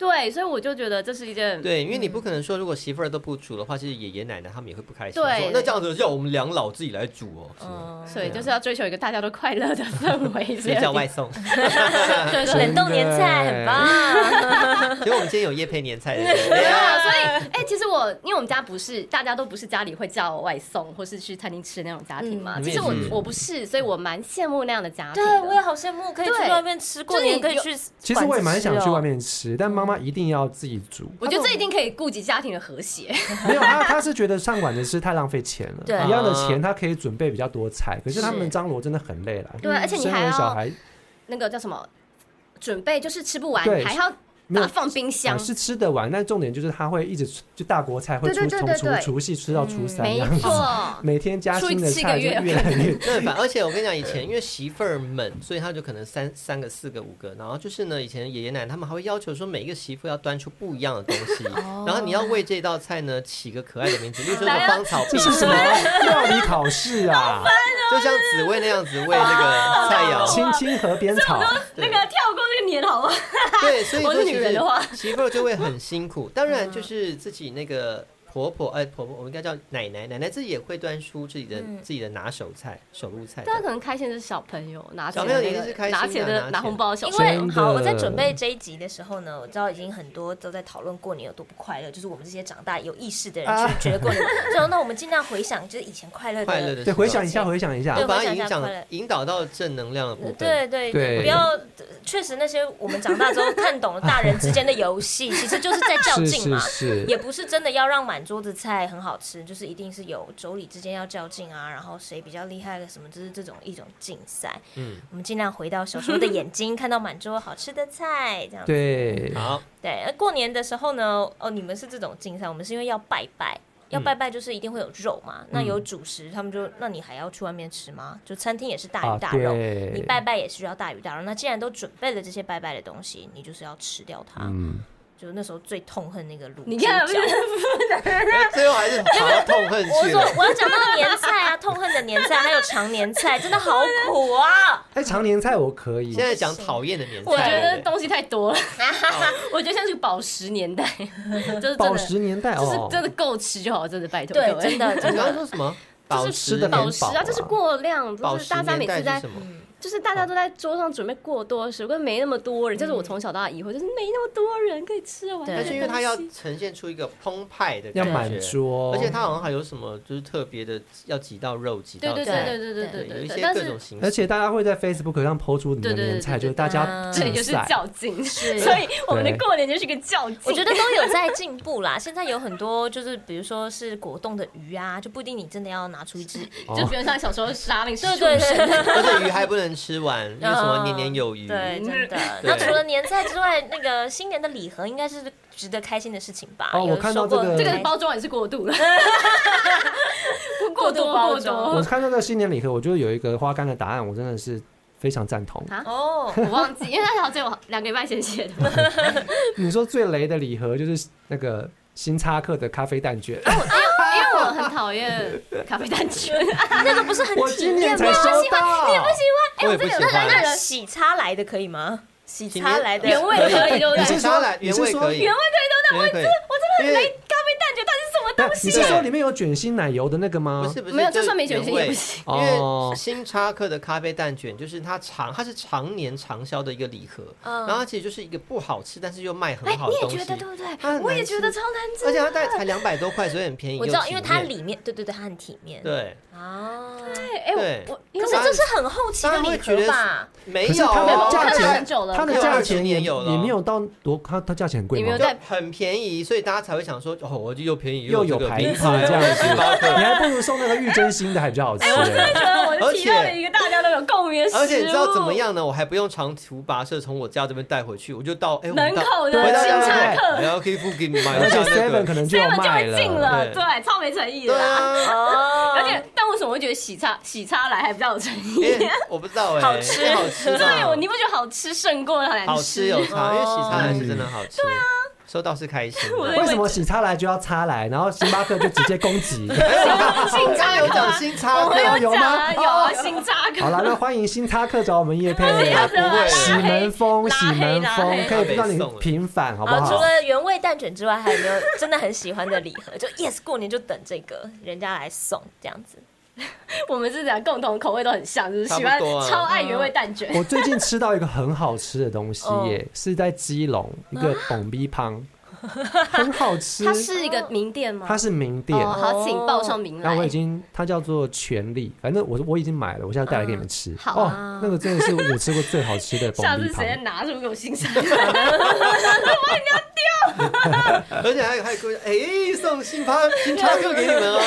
S5: 对，所以我就觉得这是一件
S1: 对，因为你不可能说如果媳妇儿都不煮的话，其实爷爷奶奶他们也会不开心，
S5: 对
S1: 说那这样子要我们两老自己来煮哦，什么
S3: 嗯，
S5: 所以就是要追求一个大家都快乐的氛
S1: <laughs>
S5: 围，
S1: 所以叫外送。
S5: 嗯
S1: <laughs>
S3: 所以说 <laughs> 冷冻年菜很棒，
S1: 结果我们今天有叶配年
S5: <laughs>
S1: 菜的，
S5: 对啊，所以哎、其实我因为我们家不是大家都不是家里会叫外送或是去餐厅吃的那种家庭嘛，
S1: 嗯
S5: 其实我
S1: 你们也是
S5: 我不是，所以我蛮羡慕那样的家庭
S3: 对
S5: 的。
S3: 我也好羡慕，可以去
S5: 对
S3: 外面吃过
S5: 就是
S3: 年，
S5: 你
S3: 可以
S5: 有
S3: 去馆子吃
S2: 其
S3: 哦，
S2: 实我也蛮想去外面吃，但妈妈一定要自己煮。
S5: 我觉得这一定可以顾及家庭的和谐，
S2: 没有，她她是觉得上馆子吃太浪费钱了，
S3: 对
S2: 一样的钱她可以准备比较多菜，可是他们张罗真的很累了。
S5: 对，而且你
S2: 生
S5: 还
S2: 为小
S5: 要
S2: 孩
S5: 那个叫什么，准备就是吃不完，
S2: 对
S5: 还要
S2: 没
S5: 把
S2: 有
S5: 它放冰
S2: 想，
S5: 箱
S2: 呃是吃得完，但重点就是他会一直出就大国菜会出
S5: 对对对
S2: 从
S5: 对
S2: 除
S5: 对
S2: 除夕吃到初三，
S5: 嗯没
S2: 这样子
S5: 错，
S2: 每天加新的菜就
S5: 出一
S2: 越来越。 <laughs>
S1: 对吧？而且我跟你讲，以前因为媳妇儿们，所以他就可能三三个、四个、五个，然后就是呢，以前爷爷奶奶他们还会要求说，每一个媳妇要端出不一样的东西， <laughs> 然后你要为这道菜呢起个可爱的名字，例如说什么芳草
S2: 这
S1: 碧
S2: 是什
S1: 水
S2: 么，料理考试
S5: <laughs>
S2: 啊？
S1: 就像紫薇那样子为那个菜
S5: 啊
S1: 肴。
S2: 青青河边草，
S5: 那个跳过那个年好吗？
S1: 对，所以
S5: 我
S1: 说
S5: 是
S1: 其 <laughs>
S5: 女人
S1: 实
S5: 的话
S1: 媳妇儿就会很辛苦。当然，就是自己那个婆婆哎、婆婆，我们应该叫奶奶，奶奶自己也会端出自己的、
S3: 嗯
S1: 自己的拿手菜、手入菜这
S5: 大家
S1: 样。
S5: 可能开心的是小朋友拿
S1: 小朋
S5: 钱
S1: 友
S5: 的
S1: 一
S5: 那
S1: 定
S5: 个
S1: 是开心啊
S5: 拿钱
S1: 拿
S5: 的
S1: 钱
S5: 拿红包的小
S3: 因
S5: 朋友，
S3: 为
S2: 真的
S3: 好，我在准备这一集的时候呢，我知道已经很多都在讨论过年有多不快乐，就是我们这些长大有意识的人，就是觉得过年。然后，那我们尽量回想，就是以前快乐的，
S1: 快乐的
S2: 对，
S1: 时
S2: 回
S1: 候
S2: 想一下，回想一下
S1: 我，
S3: 对
S1: 把
S3: 回
S1: 它
S3: 想一
S1: 影
S3: 下
S1: 响
S3: 快乐
S1: 引导到正能量的部分。
S3: 对对
S2: 对
S3: 不要确实那些我们长大之后看懂了大人之间的游戏，其实就是在较
S2: 是
S3: 劲
S2: 是
S3: 嘛。
S2: 是，
S3: 也不是真的要让满桌子菜很好吃，就是一定是有妯娌之间要较劲啊，然后谁比较厉害的什么，就是这种一种竞赛。
S1: 嗯，
S3: 我们尽量回到小时候的眼睛，看到满桌好吃的菜，这样子。
S2: 对，
S1: 好，
S3: 对，那过年的时候呢，哦，你们是这种竞赛，我们是因为要拜拜，要拜拜就是一定会有肉嘛，那有主食，他们就那你还要去外面吃吗？就餐厅也是大
S2: 啊
S3: 鱼大肉，
S2: 对，
S3: 你拜拜也需要大鱼大肉。那既然都准备了这些拜拜的东西，你就是要吃掉它。
S2: 嗯，
S3: 就那时候最痛恨那个卤
S5: 你
S3: 猪
S5: 看
S3: 脚
S1: 那 <laughs> 最后还是跑到痛恨 <laughs>
S3: 我
S1: 去
S3: 说
S1: 了。
S3: 我要讲到年菜啊，痛恨的年菜，还有常年菜，真的好苦啊！
S2: 哎，常年菜我可以
S1: 现，在讲讨厌的年代，
S5: 我觉得
S1: 对不对
S5: 东西太多了，我觉得像是个宝石年代，就是真
S2: 宝
S5: 的，
S2: 石年代
S5: 就是
S2: 哦，
S5: 真的够吃就好，真的拜
S3: <laughs>
S5: 托
S3: 对
S5: 各，位
S3: 真
S5: <laughs>
S3: 的真
S1: 你刚刚
S3: 的，
S1: 说什么？保
S2: 吃
S1: 持
S2: 的
S5: 宝石啊，
S2: 啊
S5: 就是过量，
S1: 保
S5: 就是
S1: 持
S5: 大家每
S1: 年代是
S5: 次在嗯
S1: 什么？
S5: 就是大家都在桌上准备过多的食物，跟没那么多人，这是我从小到大疑惑，就是没那么多人可以吃得完这
S3: 对
S5: 个东
S1: 但
S5: 西。
S1: 是因为它要呈现出一个澎湃的
S2: 要
S1: 感觉，
S2: 满桌，
S1: 而且它好像还有什么就是特别的，要挤到肉，挤
S5: 对
S1: 到
S5: 对
S1: 菜
S5: 对对对对
S1: 有
S5: 对
S1: 一
S5: 对，
S1: 些
S5: 但
S1: 各
S5: 是
S1: 种形式，
S2: 而且大家会在 Facebook 上 PO 出你的
S5: 对对对
S2: 年菜，
S5: 对对
S2: 就是大家
S3: 嗯
S5: 这
S2: 竞
S5: 也是
S2: 赛，
S5: 较劲，
S3: 是
S5: <laughs> 所以我们的过年就是个较劲。
S3: 我觉
S2: <laughs>
S3: 得都有在进步啦。现在有很多就是，比如说是果冻的鱼啊，就不一定你真的要拿出一
S2: <laughs>
S3: 只，
S5: 就比如像小时候沙令，
S3: 对对对对，
S1: 而且鱼还不能吃完，因为
S5: 啊
S1: 什么年年有余。
S3: 对，真的。
S1: 对
S3: 那除了年菜之外，那个新年的礼盒应该是值得开心的事情吧？
S2: 哦
S3: 有
S2: 我看到
S3: 收过
S2: 这个
S5: 这个包装也是过度了，过
S3: <laughs> 过
S5: 多过
S3: 度包
S2: 我
S5: 多
S3: 装。
S2: 看到这个新年礼盒，我觉得有一个花干的答案，我真的是非常赞同。 <laughs>
S3: 哦，
S5: 我忘记，因为那条只有两个礼拜前写的，
S2: 你说最雷的礼盒就是那个星叉克的咖啡蛋卷，
S5: 哦因为我很讨厌咖啡蛋卷，
S3: 那个不是很
S2: <laughs> 我
S3: 体
S2: 今年
S3: 面吗哎
S2: 才？收到，
S1: 我也不喜
S3: 那那
S1: 欢。
S3: 个喜叉来的可以吗？喜
S1: 请
S3: 叉
S1: 你
S3: 来的
S5: 原味可 <laughs> 以，对不
S1: 你
S5: 对？
S1: 是说来原味可以，
S5: 原味
S1: 可以，我真我真的很没。
S5: 咖啡蛋卷到底是什么
S2: 但
S5: 东西？
S2: 你
S5: 啊
S2: 是说里面有卷心奶油的那个吗？
S1: 不是不是，
S5: 没有，就算没卷心也不
S1: 味。
S5: 行。
S1: 因为
S2: 哦
S1: 星巴克的咖啡蛋卷就是它常，它是常年常销的一个礼盒，
S3: 嗯
S1: 然后它其实就是一个不好吃，但是又卖很
S5: 哎，
S1: 好
S5: 你
S1: 的
S5: 也
S1: 东西
S5: 觉，得对不
S1: 它
S5: 对？
S1: 很
S5: 我也
S1: 哎难吃
S5: 觉得超难吃。
S1: 而且它大概才两百多块，所以很便宜。
S3: 我知道，
S1: 又
S3: 因为
S1: 体
S3: 它
S1: 面
S3: 里面，对对对，它很体面。
S1: 对
S3: 啊，
S5: 哎，
S1: 对
S5: 我我因
S3: 可
S5: 为
S3: 是这是很后期的礼盒吧？
S1: 没
S2: 可是
S1: 有啊
S2: 它
S5: 啊我
S2: 的
S5: 看
S2: 价
S5: 了
S2: 钱
S5: 很久了，
S2: 它的
S1: 有
S2: 价
S1: 二十
S2: 钱也
S1: 年有了
S2: 也没有到多，它它价钱很贵
S5: 也没
S2: 吗
S5: 有？
S1: 就
S5: 在
S1: 很便宜，所以大家才会想说，哦，我就又便宜
S2: 又有
S1: 这个
S2: 牌
S1: 名
S2: 子
S1: 牌
S2: 这样子
S1: 星巴克
S5: 哦
S2: 你还不如送那个玉珍心的还比较好吃。
S5: 哎
S2: 欸
S5: <laughs> 我就提到了一个大家都有共鸣的食物，
S1: 而且你知道怎么样呢？我还不用长途跋涉从我家这边带回去，我就到哎、我们
S5: 门
S1: 到
S5: 口的
S1: 回到
S5: 星
S1: 家
S5: 巴克
S1: 然后可以付给你买
S2: 而
S1: 一
S2: 且
S1: 下
S2: Seven
S1: 那
S2: 可
S1: 个，
S2: 能就有
S5: 根本就
S2: 卖
S5: 会进
S2: 了，
S5: 了，
S1: 对
S5: 对，超没诚意的
S1: 对
S5: 啦。
S1: 啊，
S3: 哦，
S5: 而且，但为什么我会觉得喜茶喜茶来还比较有诚意？
S1: 哎、
S5: <laughs>
S1: 我不知道哎、
S3: 好吃
S1: 哎好吃
S5: 对，我
S1: 吧？
S5: 你不觉得好吃胜过难吃？
S1: 好吃有差，因为喜茶来
S2: 嗯
S1: 是真的好吃。对啊，收到是开心
S5: 我
S1: 的。
S5: 的
S2: 为什么喜叉来就要叉来，然后星巴克就直接攻
S5: <laughs>
S2: 击？
S1: 哎我刚有讲星巴
S5: 我
S1: 克，
S5: 有
S2: 有
S5: 讲
S2: 吗
S5: 啊，有啊，新扎克
S2: 好了，那欢迎星叉克找我们叶佩。
S1: 要不
S5: 啊
S1: 会
S2: 喜门风，喜门
S5: 拉黑拉
S2: 风可
S5: 黑
S2: 以让你平反，好不
S3: 啊，除
S2: 好？
S3: 了原味蛋卷之外，还有没有真的很喜欢的礼盒？ <laughs> 就 yes，过年就等这个人家来送这样子。
S5: <laughs> 我们是讲共同口味都很像，就是喜
S1: 差
S5: 欢
S1: 不多啊嗯
S5: 超爱原味蛋卷。
S2: <laughs> 我最近吃到一个很好吃的东西
S1: 哦
S2: 耶，是在基隆一
S1: 啊
S2: 个蹦逼汤，很好吃。
S5: 它是一个名店吗？
S2: 它是名店，
S5: 哦，好，请报上名
S2: 那
S5: 来。
S2: 我已经它叫做全力，反正我我已经买了，我现在带来给你们
S1: 嗯
S2: 吃。
S5: 好
S2: 哦，
S1: 啊
S2: 那个真的是我吃过最好吃的
S5: 下
S2: 蹦逼
S5: 次
S2: 汤
S5: 谁。拿出给我欣 <laughs> 赏？
S1: 而且还有还有各位，哎，送星巴星巴克给你们哦。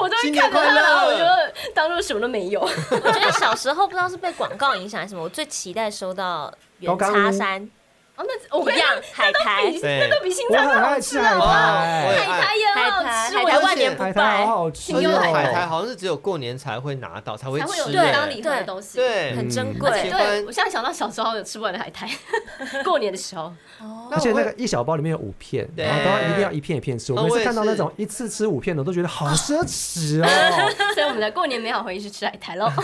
S5: 我都
S1: 新
S5: 会
S1: 年
S5: 看到
S1: 快
S5: 它，
S1: 乐
S5: 我就当做什么都没 <laughs> 有。哦
S3: 我觉得小时候不知道是被广告影响还是什么，我最期待收到原叉山
S5: 哦， <laughs> 那我跟
S3: 一
S5: 你讲 <laughs>
S3: 样海苔，
S1: 对
S5: 那都比新
S2: 我
S5: 扎克
S2: 很
S5: 好
S2: 爱
S5: 吃
S2: 吃
S5: 啊！
S2: 海
S1: 哦我也
S2: 苔，
S5: 海苔也
S3: 海
S5: 很好
S3: 苔，
S5: 吃，
S3: 海
S5: 我
S3: 苔
S5: 觉得
S3: 万年不
S2: 海苔好
S3: 败，
S2: 好吃
S5: 请用
S1: 而且
S2: 哦。
S1: 海苔好像是只有过年才会拿到，才会
S5: 才会有
S1: 吃
S5: 这
S1: 耶。
S5: 当礼盒的东西。
S1: 对，
S3: 很珍
S1: 而
S3: 贵
S1: 且。
S5: 对，我现在想到小时候有吃不完的海苔， <laughs> 过年的时候，
S2: 而且那个一小包里面有五片，
S1: 对
S2: 然后都要一定要一片一片吃。我
S1: 啊
S2: 每
S1: 我
S2: 次
S1: 也
S2: 看到那
S1: 是
S2: 种一次吃五片的，我都觉得好奢侈
S1: <laughs>
S2: 哦。 <laughs>
S5: 所以我们的过年美好回忆是吃海苔喽。 <laughs>
S1: 我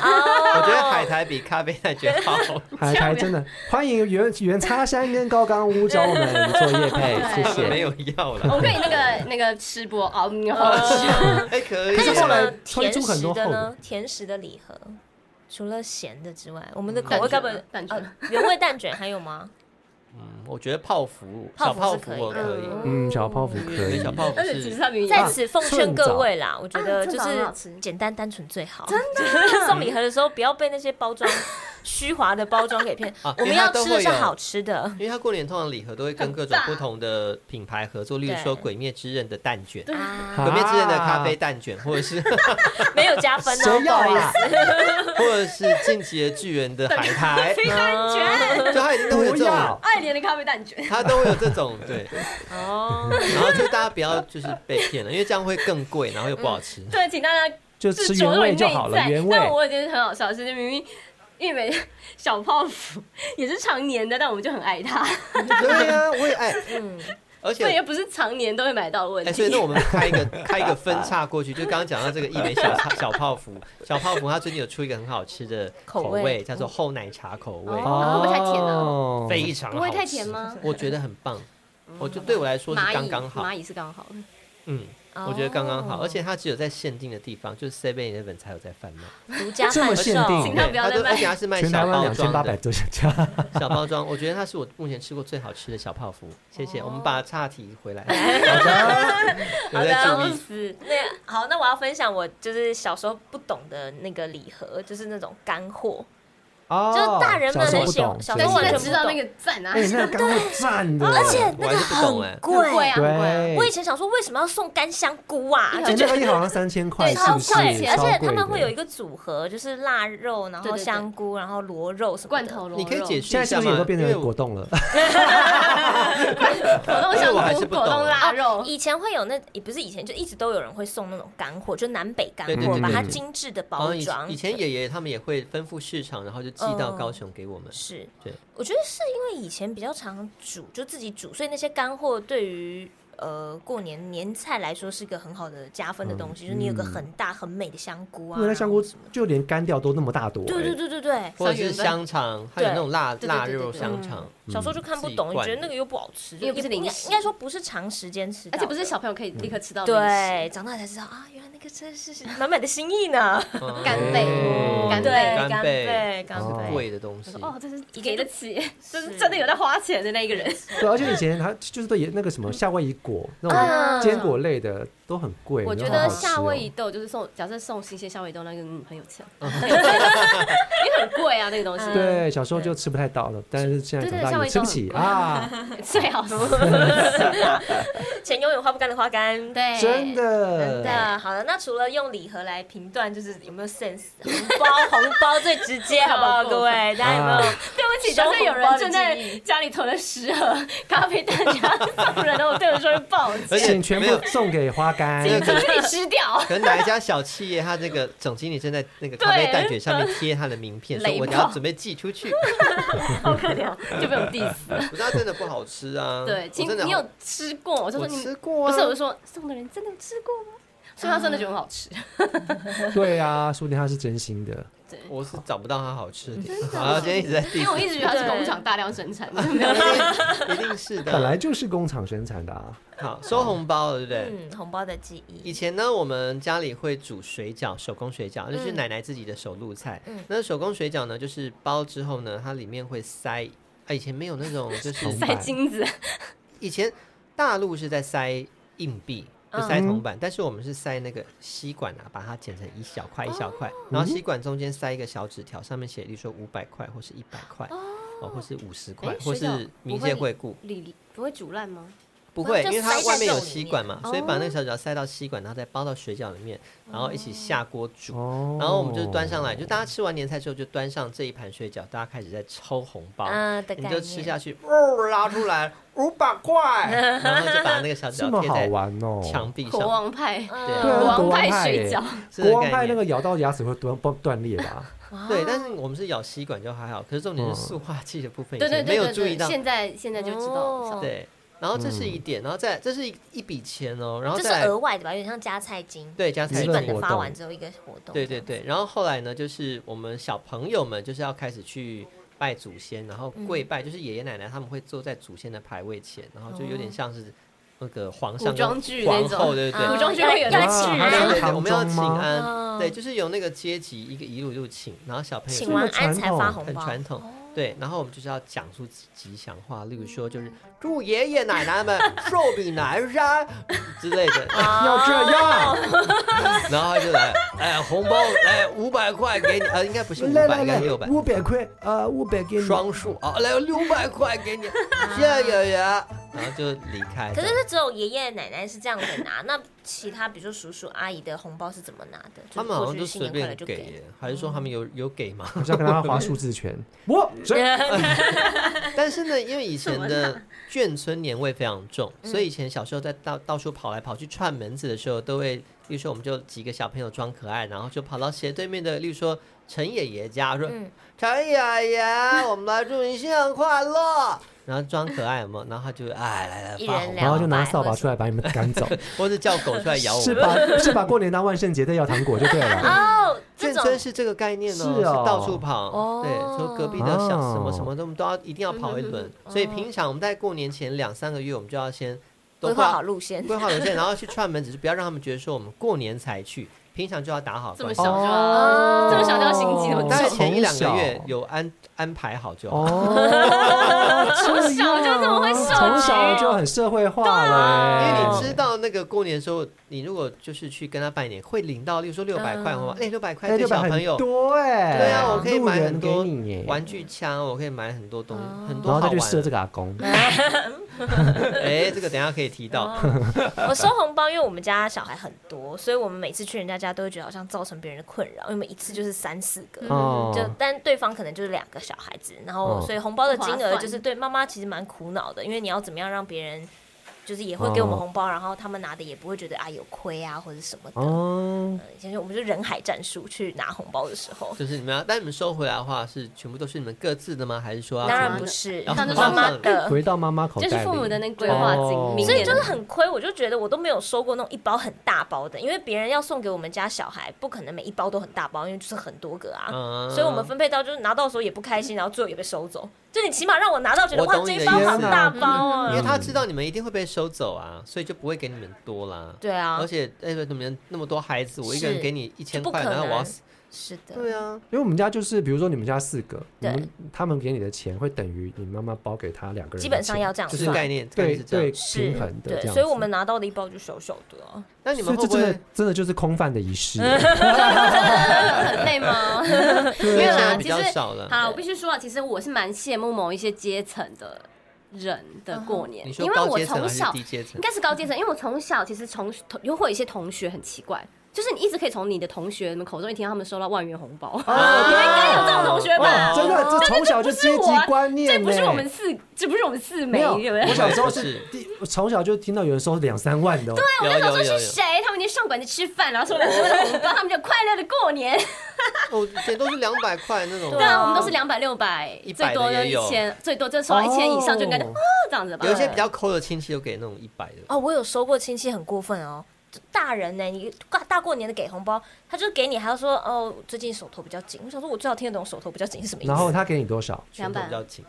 S1: 觉得
S3: 哦，
S2: <laughs>
S1: 海苔比咖啡蛋卷好。
S2: 海苔真的欢迎原原叉山的天高冈屋找我
S3: <laughs>
S2: 们做夜配，哎谢
S1: 我没
S2: 谢。
S1: 有要
S5: 我
S1: 了。
S5: 可以那个那个吃播哦，你好吃。 <laughs>
S3: 呃
S1: 哎，可以
S3: 那
S2: 可
S3: 有
S2: 是
S3: 什
S2: 后来
S3: 么
S2: 推
S3: 甜
S2: 出很
S3: 食
S2: 多
S3: 的
S2: 厚
S3: 呢
S2: 的？
S3: 甜食的礼盒，除了咸的之外，我们的口味
S5: 蛋
S3: 根
S5: 卷
S3: 本
S5: 蛋
S3: 呃
S5: 卷
S3: 原味蛋卷还有吗？
S1: 嗯我觉得泡芙，
S3: 泡
S1: 小
S3: 芙
S1: 泡
S3: 是
S1: 芙
S3: 可以
S1: 我
S3: 的
S1: 可以，
S2: 嗯，小泡芙可
S1: 对
S2: 以
S1: 小。泡芙
S5: 而且其实
S1: 是
S5: 它明明
S3: 在此奉劝
S2: 寸枣
S3: 各位啦，我觉得
S5: 啊
S3: 就
S5: 寸枣很好吃
S3: 是简单单纯最好。真的， <laughs> 送礼盒的时候不要被那些包装虚华的包装给骗
S1: 啊，
S3: 我
S1: 因
S3: 们
S1: 为它
S3: 要
S1: 都
S3: 吃的
S1: 会
S3: 是
S1: 有
S3: 好吃的。
S1: 因为它过年通常礼盒都会跟各种不同的品牌合作，例如说《
S3: 对
S1: 鬼灭之刃》的蛋卷，《
S3: 啊，
S1: 鬼灭之刃》的咖啡蛋卷， <laughs> 或者是
S3: 没有加分哦，
S2: 啊谁
S3: 不 <laughs> 好
S2: 要啊
S3: 意
S2: 啦
S3: 思。？
S1: 或者是《进击的巨人》的海苔，
S5: 蛋卷，
S1: 就它一定都会有
S2: 不
S1: 这
S2: 要
S1: 种，，
S5: 爱莲的咖啡蛋卷， <laughs>
S1: 它都会有这种 <laughs> 对。
S3: 哦，
S1: 然后就大家不要就是被骗了，因为这样会更贵，然后又不好吃。
S5: 对，请大家
S2: <laughs> 就
S5: 就是
S2: 吃
S5: 着
S2: 原
S5: 重于
S2: 味
S5: 内
S2: 就好了，
S5: 在
S2: 原味。
S5: 但我觉得很好笑，是明明玉美小泡芙也是常年的，但我们就很爱它，
S1: <laughs> 对呀、我也哎爱，
S3: 嗯，
S1: 而
S5: 所以
S1: 且。
S5: 又不是常年都会买到的问
S1: 哎，
S5: 题。
S1: 所以那我们开一个开一个分叉过去，就刚刚讲到这个一枚小小泡芙，小泡芙它最近有出一个很好吃的
S3: 口
S1: 口
S3: 味
S1: 味，叫做厚奶茶口味，
S5: 哦会不会太甜啊
S2: 哦
S1: 非常
S5: 不会
S1: 好
S5: 太
S1: 吃
S5: 甜
S1: <laughs>
S5: 吗？嗯
S1: 我觉得很棒，我就对我来说是
S5: 蚂蚁
S1: 刚刚好
S5: 蚂，蚁哦是刚好的，
S1: 嗯，我觉得刚
S3: 哦
S1: 刚好，而且它只有在限定的地方，就是 Seven Eleven 才有在贩卖，
S3: 独家
S2: 这么
S3: 贩
S2: 限定
S3: 售
S5: 嗯请，他不要
S1: 它
S5: 再
S1: 都
S5: 卖
S1: 而且它是卖
S2: 全台
S1: 小
S2: 湾
S1: 包
S2: 两千
S1: 装
S2: 八百
S1: 的，
S2: 多家，
S1: 小包装，我觉得它是我目前吃过最好吃的小泡芙。谢谢，
S3: 哦
S1: 我们把岔题回
S5: <laughs>
S1: 来。
S3: 好
S1: 有
S3: 的，
S1: 在
S3: 笑
S1: 注意，
S3: 死。那好，那我要分享我就是小时候不懂的那个礼盒，就是那种干货。
S2: 哦
S3: 就是大人们
S2: 小时候
S3: 很
S2: 不
S3: 喜欢
S2: 懂，
S3: 小时
S5: 但
S3: 候
S5: 现
S3: 完
S5: 在
S3: 全
S5: 知道那个赞啊，
S2: 哎，那刚刚赞的，
S3: 而且
S1: 我
S3: 那
S1: 还
S3: 个
S1: 是不懂哎
S3: 很贵，
S5: 很贵啊，很贵啊。
S2: 对，
S3: 我以前想说为什么要送干香菇啊？
S5: 一
S3: 就
S5: 盒
S2: 哎那个一好像三千块，
S5: 对
S2: 是
S3: 超
S2: 不是？
S3: 贵，而
S2: 超
S3: 且
S2: 贵
S3: 他们
S2: 的
S3: 会有一个组合，就是腊肉，然
S5: 对
S3: 后
S5: 对对
S3: 香菇，然后螺肉什么
S5: <laughs> 罐
S3: 的
S5: 头。螺肉，
S1: 你可以解释
S2: 现
S1: 一
S2: 在是
S1: 下
S2: 不是也
S1: 吗
S2: 都？变
S1: 因为
S2: 成
S1: 我
S2: 果冻了？
S3: <laughs>
S5: 果冻香
S1: 因为我还是
S5: 菇、
S1: 不
S5: 果
S1: 懂啊
S5: 冻腊肉，
S3: 以前会有那也不是以前，就一直都有人会送那种干货，就南北干
S1: 对对
S3: 货，
S1: 对
S3: 把
S2: 对
S3: 它
S2: 对
S3: 精致的
S1: 好
S3: 包
S1: 像以
S3: 装。
S1: 以前爷爷他们也会吩咐市场，然后就寄到
S3: 嗯
S1: 高雄给我们。
S3: 是，
S1: 对，
S3: 我觉得是因为以前比较常煮，就自己煮，所以那些干货对于呃过年年菜来说是一个很好的加分的东西，就是你有个
S2: 嗯
S3: 很大很美的香菇啊，
S2: 因为那香菇就连干掉都那么大朵，哎
S3: 对对对对对。
S1: 或者是香肠，还有那种腊
S5: 对
S1: 腊
S5: 对对对
S1: 肉
S5: 对
S1: 香肠，
S3: 小时候就看不
S1: 自己
S3: 懂，
S1: 灌
S3: 觉得
S1: 的
S3: 那个嗯又不好吃，就
S5: 因为不是
S3: 也应
S5: 零
S3: 该
S5: 食
S3: 应该说不是长时间吃到
S5: 而
S3: 的，
S5: 且不是小朋友可以
S1: 嗯
S5: 立刻吃到的
S3: 对，长大才知道啊，原来那个真是是满满的心意呢。
S1: 嗯
S5: 干贝
S1: 哦
S5: 干
S1: <laughs>
S5: 贝
S1: 对
S3: 干贝
S1: 贝，
S3: 干
S2: 贝
S1: 贵的东
S5: 零
S1: 西
S5: 食。。哦，这 <laughs> 是给得起， <laughs> 这
S3: 是
S5: 是真的有在花钱的那一个人。
S2: 对，而且以前还就是对那个什么夏威夷果那种
S3: 啊
S2: 坚果类的都很贵，
S5: 我觉
S2: 然后
S5: 得
S2: 好好吃哦
S5: 夏威夷豆就是送，假设送新鲜夏威夷豆，那个嗯很有
S1: <laughs>
S5: <laughs> 钱，因为很贵啊，那个东西。
S2: 对小时候就吃不太到了，但是现在长
S5: 对对夏
S2: 大
S5: 威
S2: 也
S5: 夷
S2: 吃不
S5: 豆很
S2: 起
S5: 贵
S2: 啊，
S5: <laughs>
S2: <laughs>
S5: <laughs>
S1: <laughs>
S5: 最好是
S3: 钱永远花不干的花干。
S5: 对，
S2: 真
S3: 真
S2: 的。
S3: 的，好了，那除了用礼盒来评断，就是有没有 <laughs> sense，红包红包最直接，好不好？ <laughs>
S5: 好过
S3: 哦各
S5: 分
S3: 位，大家有没有
S2: 啊？
S5: 对不起，假设有人正在家里囤了十盒咖啡蛋，家送人的，我对我说声抱
S1: <laughs> 而
S5: 歉，
S1: 且
S2: 请全部
S1: 没有
S2: 送给花
S5: <laughs>
S2: 干，
S1: 这
S5: 可
S1: 个
S5: 能 <laughs> 被你吃掉。 <laughs>
S1: 可能哪一家小企业，他这个总经理正在那个咖啡蛋卷上面贴他的名片，说
S5: <laughs> 雷
S1: 我
S5: 炮
S1: 要准备寄出去。 <laughs>
S5: 好可怜，就被我 diss 了。
S1: 可是它真的不好吃啊！
S5: 对，
S1: 我
S5: 请
S1: 真的
S5: 你
S1: 好
S5: 有吃过？我就说
S1: 我
S5: 你
S1: 吃过
S5: 不
S1: 啊，
S5: 是，我就说送的人真的有吃过吗？所以他真的觉得很好吃。
S2: 对啊，说不定他是真心的。
S5: 对，
S1: 我是找不到它好吃的地方。好，今天一直在地，
S5: 因为我一直觉得它是工厂大量生产， <laughs> 就没有
S1: <laughs> 一定是
S2: 本来
S1: 的。
S2: 就是工厂生产的啊，
S1: 好，收红包了，对不对？
S3: 嗯，红包的记
S1: 以
S3: 忆，
S1: 前呢，我们家里会煮水饺，手工水饺，
S5: 嗯
S1: 就是奶奶自己的手路菜。那手工水饺呢，就是包之后呢，它里面会塞。啊，以前没有那
S5: <laughs>
S1: 种，就是
S2: 铜
S5: 塞
S2: 板
S5: 金子，
S1: 以前大陆是在塞硬币，就
S5: 嗯
S1: 塞铜板，但是我们是塞那个吸管啊，把它剪成一小块一小
S5: 哦
S1: 块，然后吸管中间塞一个小纸条，上面写，例如说五百块或是一百块，哦，或是五十块
S5: 诶，
S1: 或
S5: 水饺
S1: 是冥
S5: 不会
S1: 界惠顾，
S5: 里不会煮烂吗？
S1: 不
S3: 不
S1: 会，
S3: 就
S1: 因为它
S3: 塞在
S1: 外面有
S3: 肉里哦
S1: 吸管嘛，
S5: 面
S1: 所以把那个小纸条塞到吸管，然后再包到水饺里面，然后一起下锅煮。
S2: 哦，
S1: 然后我们就端上来，就大家吃完年菜之后就端上这一盘水饺，大家开始在抽红包，
S3: 嗯的
S1: 你
S3: 概
S1: 就吃
S3: 念。
S1: 下去，哦，拉出来五百块，
S3: <laughs>
S1: 然后就把那个小纸
S2: 这
S1: 条
S2: 么
S1: 贴
S2: 好
S1: 在
S2: 玩哦，
S1: 墙壁
S5: 国
S1: 上，
S5: 王派，
S3: 嗯
S1: 对
S2: 对啊
S5: 国
S2: 那
S5: 王
S2: 国王
S5: 派
S2: 派
S5: 水
S2: 耶
S5: 饺，
S1: 是这
S2: 国
S1: 个
S2: 王
S1: 概
S2: 派那
S1: 念
S2: 个咬到牙齿会断断断裂
S5: <laughs>
S2: 吧？
S1: 对，但是我们是咬吸管就还好，可是重点
S2: 嗯
S1: 是塑化剂的部分，
S5: 对对
S1: 以前没
S5: 对
S1: 有
S5: 对
S1: 注意
S5: 对，
S1: 到，
S5: 现在现在就知道
S3: 哦，
S1: 对，然后这是
S2: 嗯
S1: 一点，然后再这是一一笔钱哦，然后
S3: 这是
S1: 再来
S3: 额外的吧，有点像加菜金，
S1: 对加菜
S3: 基
S2: 基本
S3: 本
S1: 金
S3: 的
S2: 活
S3: 发
S2: 动
S3: 完之后一个活动。
S1: 对对对，然后后来呢，就是我们小朋友们就是要开始去。拜祖先，然后
S5: 嗯
S1: 跪拜，就是爷爷奶奶他们会坐在祖先的牌位前，然后就有点像是那个皇上
S5: 哦
S1: 跟
S5: 古装剧
S1: 皇
S5: 那种
S1: 后，对对对
S3: 啊
S5: 古，装剧会
S3: 要
S5: 有那
S3: 要
S5: 个
S1: 对
S2: 啊
S3: 请
S1: 对
S3: 安，
S1: 对对我们要请
S2: 吗
S1: 安，
S5: 嗯
S3: 哦
S1: 对，就是有那个阶级一个一路就请，然后小朋友
S3: 请
S1: 就
S3: 完安才发红
S1: 很
S3: 包，
S1: 传
S5: 哦
S1: 统，对，然后我们就是要讲出吉吉祥话，例如说就是祝爷爷奶奶们寿比南
S5: <laughs>
S1: 山之类的，
S5: 哦
S2: 要
S1: <laughs>
S2: 这样，
S1: 然后他就来，哎，红包，哎，五百块给你，呃，应该不是五
S2: 来
S1: 百，
S2: 来
S1: 应该
S2: 来
S1: 六，百，
S2: 五百块啊，五百给你。
S1: 双数啊，来六百块给你，谢谢爷爷，
S3: <laughs>
S1: 然后就离开。
S3: 可是是只有爷爷奶奶是这样子拿，那其他比如说叔叔阿姨的红包是怎么拿的？
S1: 他们好像
S3: 就
S1: 就是随
S3: 过去新年快
S1: 便
S3: 乐就
S1: 给耶，还是说他们有有给吗？
S2: 我是要跟他划数字拳，我这
S1: <laughs> 但是呢，因为以
S3: <laughs>
S1: 前的眷村年味非常重，
S3: 嗯
S1: 所以以前小时候在到到处跑来跑去串门子的时候，都会，例如说我们就几个小朋友装可爱，然后就跑到斜对面的，例如说陈爷爷家，说
S3: 嗯
S1: 陈爷爷， <laughs> 我们来祝你新年快乐。然后装可爱有没有？然后他就哎来来
S3: 一
S1: 发
S3: 人
S1: 红包，
S2: 然后就拿扫把出来把你们赶走，
S1: 或者叫狗出来咬我
S2: <laughs> 是
S1: 们。
S2: 把是把过年当万圣节在要糖果就对了。
S1: <laughs>
S3: 哦，这
S1: 眷
S3: 种
S1: 村是这个概念哦，
S2: 是
S1: 是
S2: 哦
S1: 到处跑，
S3: 哦
S1: 对，说隔壁的小什么
S2: 哦
S1: 什么的，我们都要一定要跑一
S3: 嗯
S1: 轮。所以平常我们在过年前两三个月，我们就要先
S3: 规划好路线，
S1: 规划有些，然后去串门，只是不要让他们觉得说我们过年才去，平常就要打好
S5: 这么
S1: 关系。
S5: 小就要
S3: 哦
S5: 这么小就要心机了
S1: 大概
S5: 从
S1: 前一两个月有安安排好就好。
S2: 哦，
S5: 从小就这
S1: <laughs>
S5: 么会受
S2: 从小
S5: 局
S2: 就很社会化了
S1: 因
S2: 欸，
S1: 为你知道那个过年的时候，你如果就是去跟他拜年，会领到，例如说六百块，
S3: 嗯
S1: 好吗？哎，六百块
S2: 哎，
S1: 对
S2: 六百
S1: 小朋友
S2: 很，多哎，
S1: 对啊，我可以买很
S2: 路
S1: 多
S2: 人给你耶，
S1: 玩具枪，我可以买很多东
S3: 哦
S1: 很多
S2: 然
S1: 好
S2: 后再去
S1: 玩
S2: 射这
S1: 的。
S2: 个阿公，
S1: 哎，这个等一下可以提到。
S3: 哦我收红包，因为我们家小孩很多，所以我们每次去人家家都会觉得好像造成别人的困扰，因为我们一次就是三四个，
S1: 嗯
S2: 哦
S3: 嗯就但对方可能就是两个小孩子，然后
S2: 嗯
S3: 所以红包的金
S5: 划
S3: 额
S5: 算
S3: 就是对妈妈其实蛮苦恼的，因为你要怎么样让别人就是也会给我
S1: 嗯
S3: 们红包，然后他们拿的也不会觉得啊有亏啊或者什么的。
S2: 哦，
S3: 呃以前就我们就人海战术去拿红包的时候，
S1: 就是你们要，但你们收回来的话，是全部都是你们各自的吗？还是说要
S3: 当然
S1: 全
S3: 不
S1: 部
S3: 是
S1: 啊然
S5: 后
S3: 妈妈的。
S2: 回到妈呃妈口袋
S5: 就
S2: 里，
S5: 是父母的那个规划
S2: 哦
S5: 金，明
S3: 所以
S5: 年
S3: 就是很亏，我就觉得我都没有收过那种一包很大包的，因为别人要送给我们家小孩，不可能每一包都很大包，因为就是很多个啊。
S1: 嗯
S3: 所以我们分配到就是拿到的时候也不开心，然后最后也被收走。就你起码让我拿到觉得
S1: 我
S3: 哇，
S1: 懂
S3: 这
S1: 你
S3: 一
S1: 的
S3: 包
S2: 意思
S3: 好大包
S1: 因
S3: 啊
S1: 为！他知道你们一定会被收走啊，所以就不会给你们多啦。
S3: 对啊
S1: 而，且哎，你们那么多孩子，我一个人
S3: 是
S1: 给你一千
S3: 就不
S1: 块，
S3: 可
S1: 然后我要
S3: 能
S1: 死。
S3: 是的，
S1: 对啊，
S2: 因为我们家就是，比如说你们家四个，你
S3: 对
S2: 们他们给你的钱会等于你妈妈包给他两个人的钱，
S3: 基本上要这样
S1: 就
S3: 子
S1: 是概念，概
S2: 对
S1: 念是这
S2: 对
S1: 样。
S3: 是
S2: 平衡的这
S3: 对，
S2: 样
S3: 所以
S2: 子
S3: 我们拿到的一包就小小的啊。
S1: 那你们
S2: 所
S1: 会
S2: 以
S1: 不
S2: 这真
S1: 会
S2: 的？真的就是空泛的仪式，
S5: 很累吗？
S1: 因
S5: 没
S1: <laughs> 为
S5: 有
S1: 现在
S5: 啦，
S1: 比
S5: 其
S1: 较
S5: 实
S1: 少了。
S5: 好了，我必须说啊，其实我是蛮羡慕某一些阶层的人的过年
S1: 你，说
S5: 因为
S1: 高
S5: 我
S1: 阶层
S5: 从
S1: 还是
S5: 小
S1: 低阶层
S5: 应？该是高阶层，因为我从小其实从又会有一些同学很奇怪，就是你一直可以从你的同学们口中一听到他们收到万元红包，
S1: 哦
S2: 啊
S5: 你们应该有这种同学吧？
S2: 哦真的，这从小就阶级观
S5: <laughs> 这
S2: 念呢，
S5: 不是我们四，这不是我们四
S2: 没
S5: 妹，
S2: 有，
S5: 对不
S2: 我
S5: 对？
S2: 小时候
S1: 不是
S2: 是第，我从小就听到有人收两三万的哦，
S1: 有
S5: 那时候
S1: 有
S5: 说
S1: 有
S5: 是谁？他们已经上馆子吃饭，然后收两千块的红包，他们就快乐的过
S1: 有，
S5: 年。
S1: 哦我以前都是两百块那种。
S3: 对
S5: 对啊，
S3: 哦
S5: 我们都是两百、六百，
S1: 100
S5: 最多
S1: 的
S5: 就
S1: 也
S5: 一
S1: 有
S5: 千，最多就收到一千以上就应该就
S2: 哦
S5: 哦这样子吧
S1: 有。一些比较抠的亲戚，有给那种一百的。
S3: 哦，我有收过亲戚很过分哦，大人呢，你大大过年的给红包，他就给你，还要说哦，最近手头比较紧。我想说，我最好听得懂手头比较紧是什么意思，
S2: 然后他给你多少？
S1: 拳头
S5: 200
S1: 比较紧，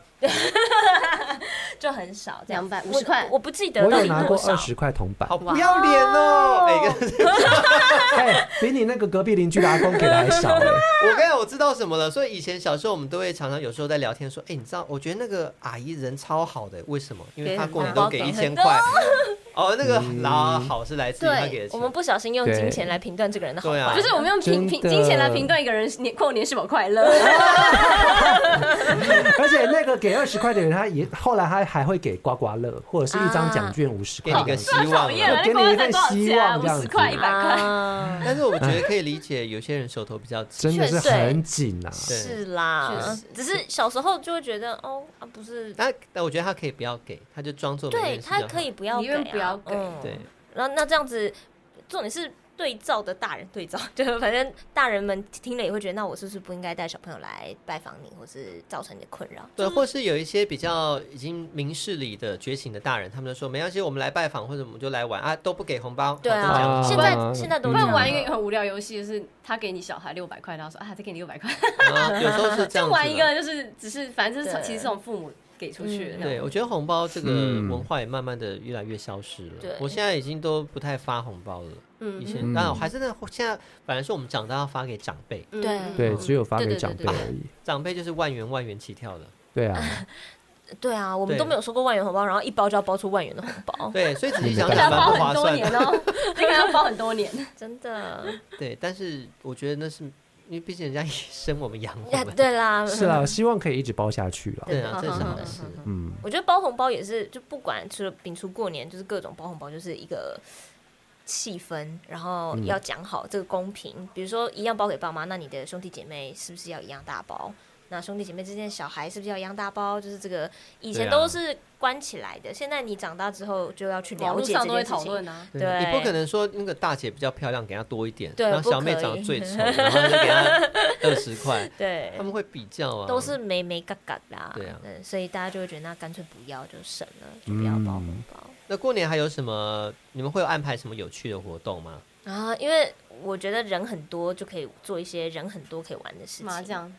S3: 就很少这样，
S5: 200
S3: 我
S5: 50块
S3: 我不记得
S2: 我
S3: 到
S2: 有
S3: 底
S2: 拿
S3: 多
S2: 过
S3: 少
S2: 二。十块铜板
S1: 好，
S5: 哇
S1: 不要脸哦！哎，跟
S2: 哎，比你那个隔壁邻居的阿公给的还少哎，
S5: <laughs>
S1: 我跟你讲，我知道什么了。所以以前小时候，我们都会常常有时候在聊天说：“哎、你知道，我觉得那个阿姨人超好的，为什么？因为她过年都给一千块。哦，那个
S2: 嗯
S1: 老好是来自于她给的
S3: 我们
S1: 钱。
S3: 不小心用
S2: 对
S3: 金钱来评断这个人的好
S1: 对啊
S3: 坏，
S5: 就是我们用评
S2: 真
S5: 评
S2: 的
S5: 金钱来评断一个人年过年是否快乐。
S2: 而且那个给二十块的人，他也后来他还会给刮刮乐或者是一
S5: 啊
S2: 张奖券五十
S1: 给
S2: 块
S1: 你个
S2: 这样子，
S1: 希望
S5: 讨厌
S1: 了
S5: 了，
S2: 给
S5: 那
S2: 你一
S5: 个
S2: 份希望这
S5: 五
S2: 样子
S5: 十块、一百块，
S3: 啊，
S1: 但是我觉得可以理解，有些人手头比较紧。
S2: 真的是
S3: 确实
S2: 很紧啊呐。
S1: 对
S3: 是啦
S5: 确实，
S3: 只是小时候就会觉得哦啊，不是，
S1: 但但我觉得他可以不要给，他就装作没
S3: 对
S1: 件事就好
S3: 他可以不要
S5: 宁
S3: 给啊，
S5: 愿不要给
S3: 嗯
S1: 对，
S3: 然后那这样子，重点是对照的大人对照， <laughs> 就反正大人们听了也会觉得，那我是不是不应该带小朋友来拜访你，或是造成你的困扰？
S1: 对，或是有一些比较已经明事理的觉醒的大人，他们就说没关系，我们来拜访或者我们就来玩啊，都不给红包，
S3: 对
S1: 好就这样
S3: 啊，
S2: 啊
S3: 现
S2: 啊
S3: 在现在
S5: 不
S3: 都这
S5: 然
S3: 样
S5: 玩一个很无聊游戏，就是他给你小孩六百块，然后说啊，再给你六百块，
S1: 啊有时候是这样
S5: 就
S1: 子
S3: <laughs>
S5: 玩一
S1: 的。
S5: 个就是只是反正就是
S3: 对
S5: 其实这种父母给出去的那
S1: 对，
S5: 种。
S1: 我觉得红包这个
S2: 嗯
S1: 文化也慢慢的越来越消失了。
S3: 对
S1: 我现在已经都不太发红包了。以
S5: 嗯
S1: 前
S2: 嗯
S1: 当然我还是那现在，反而是我们长大要发给长辈，
S5: 嗯
S3: 对
S5: 嗯
S2: 对，
S5: 嗯
S2: 只有发
S5: 对
S2: 给
S5: 对
S2: 长
S5: 对
S2: 辈
S5: 对
S2: 而已。
S1: 长辈就是万元万元起跳的。
S2: 对啊，
S5: <laughs>
S3: 对啊，我们
S1: 对
S3: 都没有收过万元红包，然后一包就要包出万元的红包，
S1: 对，所以仔细
S5: <laughs>
S1: 想
S5: 这个
S1: 想
S5: 要
S1: 蛮
S5: 包
S1: 不划
S5: 很多
S1: 算的
S5: 年。哦， <laughs> 这个要包很多年。
S1: <laughs>
S3: 真的。 <laughs>
S1: 对，但是我觉得那是因为毕竟人家也生我们养我
S3: 啊
S1: 们， <laughs>
S3: 对啦，
S2: 是啦，希望可以一直包下去啦。
S1: 对
S3: <laughs>
S1: 啊，这是好
S5: 嗯
S1: 事。
S2: 嗯，
S3: 我觉得包红包也是，就不管除了摒除过年，就是各种包红包，就是一个气氛，然后要讲好这个公平。比如说一样包给爸妈，那你的兄弟姐妹是不是要一样大包？那兄弟姐妹之间的小孩是不是要一样大包？就是这个以前
S1: 对啊
S3: 都是关起来的，现在你长大之后就要去
S5: <laughs> 网
S3: 了
S5: 络
S3: 解这
S5: 上都会
S3: 件事
S5: 讨
S3: 情。
S5: 论啊，
S3: 对
S1: 你不可能说那个大姐比较漂亮，给她多一点，
S3: 对
S1: 然后
S3: 不
S1: 小妹
S3: 可
S1: 长得
S3: 以
S1: 最
S3: <laughs>
S1: 丑，然后就给她二十块，
S3: 对
S1: 他，们会比较啊，
S3: 都是没没嘎嘎啦。
S1: 对啊
S3: 嗯，所以大家就会觉得那干脆不要，就省了，就不要包红包。
S1: 那过年还有什么？你们会有安排什么有趣的活动吗？
S3: 啊，因为我觉得人很多就可以做一些人很多可以玩的事情，
S5: 麻将，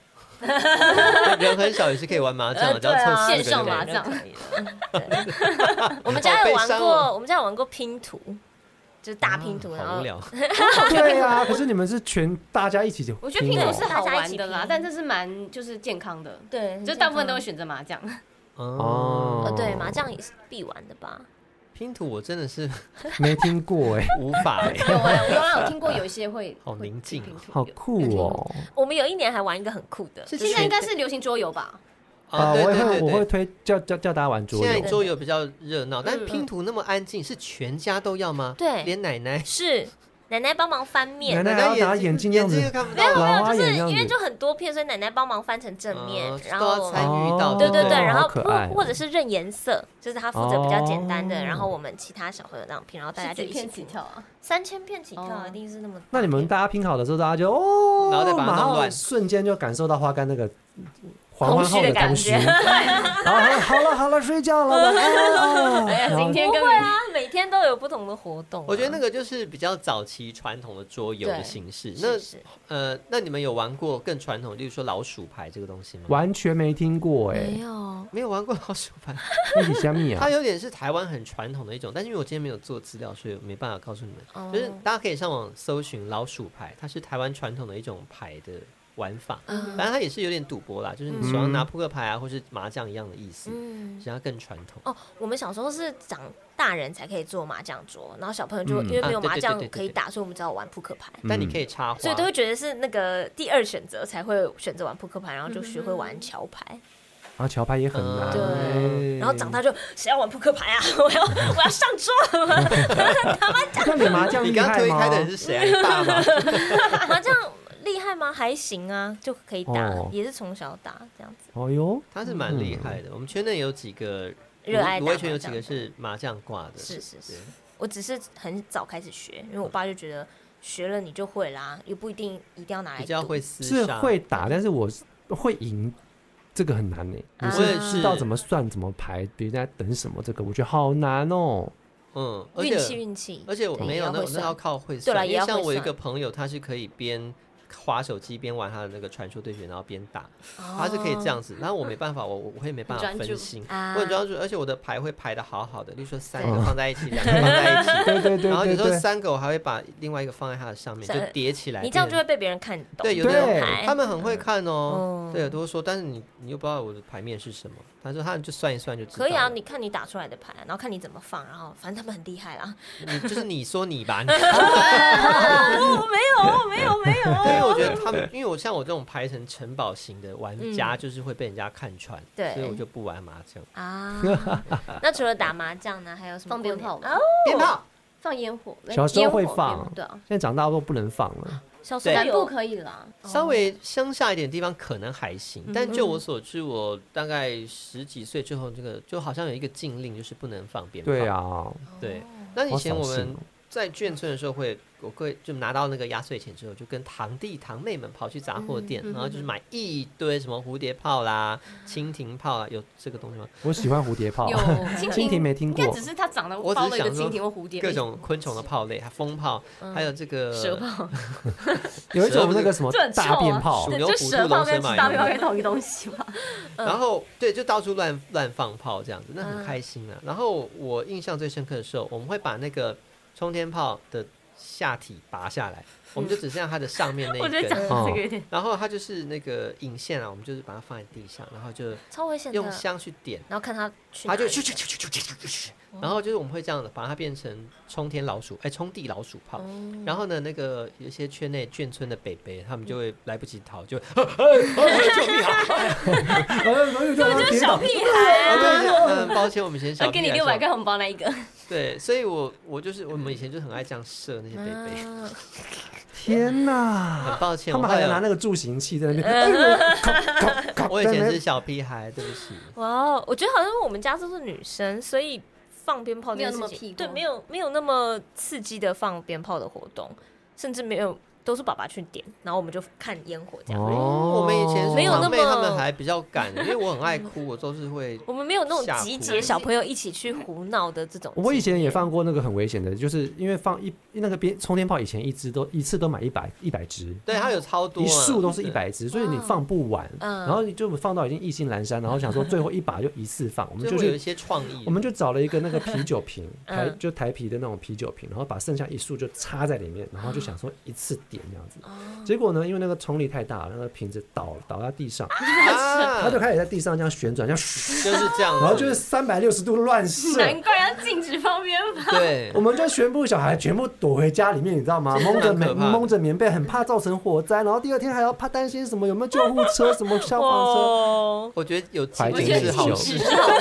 S1: 人很少也是可以玩麻将的，
S3: 呃
S1: 只要
S3: 对
S1: 凑
S3: 啊
S1: 四个
S5: 线
S1: 人
S5: 上
S1: 就可以
S5: 麻
S1: 了。
S5: 将
S3: 可以了。对 <laughs> 我们家
S1: 好悲
S3: 有
S1: <laughs>
S3: 玩
S1: 伤
S3: 过，
S1: 哦
S3: 我们家有玩过拼图，就是大拼图，然
S1: 啊好无
S3: 后 <laughs>
S1: 聊。
S2: 对啊。可是你们是全大家一起就，
S5: 我觉得拼
S2: 哦
S5: 图是好玩
S3: 大
S5: 的
S3: 家一起
S5: 啦
S3: 拼，
S5: 但这是蛮就是健康的，
S3: 对，
S5: 就大部分都会选择麻将。
S1: 哦，
S2: 哦
S3: 呃，对，麻将也是必玩的吧？
S1: 拼图我真的是
S2: 哦没听过哎，
S1: 无法哎，
S5: <laughs>
S2: <laughs>
S5: 有哎，我有啊，有听过有一些会
S1: <laughs> 好宁静哦
S5: 会拼图
S2: 好
S5: 有
S2: 酷哦！
S3: 我们有一年还玩一个很酷的，
S1: 是
S5: <laughs> 现在应该
S1: 全
S5: 是流行桌游吧？
S2: 啊，我
S1: 哦对
S2: 也
S1: 对
S2: 会
S1: 对
S2: 我会
S1: 对。
S2: 推叫叫叫大家玩桌
S1: 现在
S2: 游，
S1: 桌游比较热闹，但
S5: 嗯
S1: 拼图那么安静，是全家都要吗？
S3: 对
S1: 连奶奶
S3: 是奶奶帮忙翻面，
S2: 奶奶还要拿眼
S1: 眼
S2: 镜
S1: 睛眼
S2: 这样子
S1: 睛又看不
S3: 没
S1: 到
S3: 有没
S1: 了，
S3: 有，
S2: 老花
S3: 就
S2: 眼
S3: 是
S2: 这样啊
S3: 因为
S2: 子
S3: 就很多片，所以奶奶帮忙翻成正面
S1: 哦，
S3: 然
S1: 都要
S3: 后
S1: 参与到，
S2: 哦
S3: 对对
S1: 不
S3: 对，然
S2: 好
S3: 后
S2: 可爱
S3: 或或者是认颜色，就是他负责比较简单的，
S2: 哦
S3: 然后我们其他小朋友这样拼，然后大家
S5: 是
S3: 就
S5: 几
S3: 一起
S5: 片起
S3: 拼
S5: 跳啊？
S3: 三千片起跳啊，
S5: 哦
S3: 一定是那么大片。
S2: 那你们大家拼好的时候，大家就哦，
S1: 然后再把它弄
S2: 马上
S1: 乱
S2: 瞬间就感受到花干那个环环后空虚，
S1: <laughs>
S3: 空虚的
S2: <laughs> 然后好了好了，睡觉了，晚安啊。
S5: 哎呀，
S2: 然后
S5: 今天跟
S3: 啊，每天都有不同的活动啊、
S1: 我觉得那个就是比较早期传统的桌游的形式。那
S3: 是是
S1: 呃，那你们有玩过更传统，例如说老鼠牌这个东西吗？
S2: 完全没听过哎，
S3: 没有
S1: 没有玩过老鼠牌，
S2: 那是虾米啊
S1: <laughs> 它？有点是台湾很传统的一种，但是因为我今天没有做资料，所以没办法告诉你们。
S3: 哦
S1: 就是大家可以上网搜寻老鼠牌，它是台湾传统的一种牌的玩法，
S3: 嗯
S1: 反正它也是有点赌博啦，就是你手
S2: 嗯
S1: 上拿扑克牌啊，或是麻将一样的意思，
S3: 嗯
S1: 其实它更传统。
S3: 哦，我们小时候是长大人才可以坐麻将桌，然后小朋友就、
S2: 嗯
S3: 因为没有
S1: 啊对
S3: 麻
S1: 对对
S3: 将
S1: 对对
S3: 可以
S1: 对
S3: 打，所以我们只好玩扑克牌。
S1: 但你可以插花，
S3: 所
S2: <laughs>
S3: 以都会觉得是那个第二选择才会选择玩扑克牌，然
S1: 嗯
S3: 后就学会玩桥牌。
S2: 然后啊桥牌也很难，哎
S1: 嗯
S3: 对，然后长大就谁要玩扑克牌啊？ <laughs> 我要我要上桌，
S2: 那你麻将
S1: <laughs> 你
S2: 厉
S1: 刚刚
S2: 害
S1: 推开
S2: 吗
S1: 的？人是谁啊？你爸
S3: <laughs>
S1: 吗？
S3: 啊麻将厉害吗？还行啊，就可以打，
S2: 哦
S3: 也是从小打这样子。
S2: 哦哟，
S1: 他是蛮厉害的。我们圈内有几个
S3: <laughs> 热
S1: 卢
S3: 爱打
S1: 卢
S3: 麻
S1: 威圈有几
S3: 将
S1: 个
S3: 的
S1: 是麻将挂的，
S3: 是是
S1: 对
S3: 是，我只是很早开始学，因为我爸就觉得学了你就会啦，也不一定一定要拿来
S1: 比较
S3: 赌
S1: 会厮
S2: 是
S1: 杀。
S2: 会打，但是我是会赢，这个很难欸呢。
S5: 嗯
S2: 你
S1: 我也
S2: 是
S3: 啊
S2: 知道怎么算、怎么排，别人在等什么，这个我觉得好难哦。 <laughs>
S1: 嗯，而
S3: 运气
S1: 且
S3: 运气，
S1: 而且我
S3: 对
S1: 没
S3: 也
S1: 有
S3: 要
S1: 那
S3: 会
S1: 那
S3: 算
S1: 要靠会
S3: 对啦
S1: 算，因
S3: 也
S1: 为
S3: 要
S1: 像
S3: 会
S1: 我有一个
S3: 算
S1: 朋友，他是可以边划手机边玩他的那个传说对决，然后边打，
S3: 哦
S1: 他是可以这样子。然后我没办法，我我我也没办法
S5: 专
S1: 分
S5: 注
S1: 心，
S3: 啊
S1: 我很专注，而且我的牌会排的好好的，例如说三
S2: 嗯
S1: 个放在一起，两个放在一起。
S2: 对 <laughs> 对对
S1: 然后有
S2: 对
S1: 时候
S2: 对，
S1: 三个我还会把另外一个放在他的上面，
S3: 是
S1: 就叠起来变成。
S3: 你这样就会被别人看懂。
S1: 对，有
S2: 懂
S1: 的
S2: 对
S1: 人
S3: 牌
S1: 他们很会看哦，
S3: 嗯
S1: 对，都说，但是你你又不知道我的牌面是什么，他说他就算一算就知道
S3: 可
S1: 了。
S3: 以啊，你看你打出来的牌，然后看你怎么放，然后反正他们很厉害
S5: <laughs>
S3: 啦。
S1: 你就是你说你 <laughs> 吧，你
S3: 我没有，没有，没有。
S1: 对，因为我觉得他 <laughs> 们，因为我像我这种排成城堡型的玩家，就是会被人家看穿，
S3: 对
S1: 所以我就不玩麻将。
S3: 啊，那除了打麻将呢，还有什么
S5: 放鞭
S3: 过年
S5: 炮
S3: 哦，
S1: 鞭炮，
S5: 放烟火，
S2: 小时候会
S5: 烟火
S2: 放
S5: 烟火对啊，
S2: 现在长大都不能放
S1: <laughs>
S2: 了。
S3: 小时
S1: 对
S3: 候
S5: 南部
S3: 有
S5: 可以啦。
S1: 稍微乡下一点的地方可能还行，
S5: 嗯
S1: 但就我所知，我大概十几岁之后，这个就好像有一个禁令，就是不能放鞭炮。
S2: 对，啊，
S3: 哦
S1: 对。那以前
S2: 好
S1: 我
S2: 扫兴
S1: 们
S2: 哦
S1: 在眷村的时候会，我会就拿到那个压岁钱之后，就跟堂弟堂妹们跑去杂货店，
S5: 嗯嗯
S1: 然后就是买一堆什么蝴蝶炮啦、蜻蜓炮啊啦，有这个东西吗？
S5: 嗯
S2: 我喜欢
S5: <laughs>
S2: 蝴蝶
S1: <laughs>
S2: 炮，
S5: 有
S2: 蜻蜓没听
S5: 应该
S2: 过
S5: 只，是它长得
S1: 我只
S5: 包
S1: 是
S5: 了一个
S1: 想说
S5: 蜻蜓或蝴蝶，
S1: 各种昆虫的炮类，还风炮，还有这个
S5: 嗯蛇炮，
S2: 有一种那个什么
S5: 这很臭啊
S2: 大便炮
S1: 鼠，
S5: 对
S1: 牛
S5: 就
S1: 虎兔
S5: 蛇炮
S1: 龙
S5: 跟
S1: 蛇马
S5: 大
S1: 羊
S5: 便炮跟同一个东西吧？
S3: 嗯
S1: 然后对，就到处乱乱放炮这样子，那很开心
S3: 嗯
S1: 啊。然后我印象最深刻的时候，我们会把那个冲天炮的下体拔下
S3: <laughs>
S1: 来，我们就只剩下它的上面那
S5: 我觉
S1: 一
S5: 得讲
S1: 根。
S5: 这个有点
S1: 然后它就是那个引线啊，我们就是把它放在地上，然后就
S3: 超危险的。
S1: 用香去点，
S3: 然后看他去哪
S1: 它
S3: 里，
S1: 就咻咻咻咻咻咻咻咻然后就是我们会这样的把它变成冲天老鼠，哎，冲地老鼠炮。
S3: 嗯
S1: 然后呢，那个有一些圈内眷村的北北，他们就会来不及逃，
S3: <laughs>
S1: 就 <laughs> 哎救命啊！
S2: 哎这
S5: 就是小屁
S1: 啊
S5: 孩啊， <laughs>
S1: 对，嗯，抱歉，我们以前小
S5: 要 <laughs> 给你
S1: 屁孩
S5: 六
S1: 的时
S5: 百
S1: 候
S5: 块红包那一个，
S1: 对，所以我我就是我们以前就很爱这样射那些贝贝，
S3: 啊
S2: 天
S1: 很
S2: 哪！
S1: 抱歉，
S2: 他们
S1: 我后
S2: 还
S1: 来
S2: 要拿那个助行器在那
S5: 嗯
S2: 边，哎
S5: <laughs>
S2: 呦咔咔咔
S1: 我以
S2: 在那
S1: 前是
S2: 边
S1: 小屁孩，对不起，
S3: 哇哦，我觉得好像我们家都是女生，所以放鞭炮这件
S5: 没有那么
S3: 事情
S5: 屁股
S3: 对，没有没有那么刺激的放鞭炮的活动，甚至没有都是爸爸去点，然后我们就看烟火这样。
S2: 哦
S1: 我们以前是
S3: 没有那
S1: 堂妹他们
S3: 么
S1: 还比较敢，因为我很爱哭，我都是
S5: <laughs>
S1: 会
S3: 我们没有那
S1: 吓
S3: 种
S1: 哭
S3: 集结小朋友一起去胡闹的这种经验。
S2: 我以前也放过那个很危险的，就是因为放一那个鞭冲天炮，以前一支都一次都买一百一百支，
S1: 对他有超多啊
S2: 一束都是
S1: 对
S2: 一百支，所以你放不完。
S3: 嗯
S2: 然后你就放到已经意兴阑珊，然后想说最后一把就一次放，我们
S1: 就
S2: 就
S1: 会有一
S2: 去
S1: 些创意，
S2: 我们就找了一个那个啤酒瓶，台
S3: 嗯
S2: 就台啤的那种啤酒瓶，然后把剩下一束就插在里面，然后
S1: 啊
S2: 就想说一次点这样子。
S1: 哦
S2: 结果呢，因为那个冲力太大，那个瓶子倒倒在地上，
S1: 啊
S2: 它就开始在地上这样旋转，这样咻，
S1: 就是这样子，
S2: 然后就是三百六十度乱射。
S5: 难怪要禁止放鞭炮。
S1: 对 <laughs>
S2: 我，们就全部小孩全部躲回家里面，你知道吗？
S1: 真的
S2: 蒙着
S1: 蛮可
S2: 棉
S1: 怕的
S2: 蒙着棉被，很怕造成火灾，然后第二天还要怕担心什么有没有救护车、什么消防车。
S3: 哦，
S1: 我觉得有
S2: 怀
S1: 禁
S5: 我
S2: 旧
S5: 觉
S1: 令是
S5: 得
S2: 旧
S1: 好
S5: 禁
S2: 酒
S1: 事
S5: 止，是好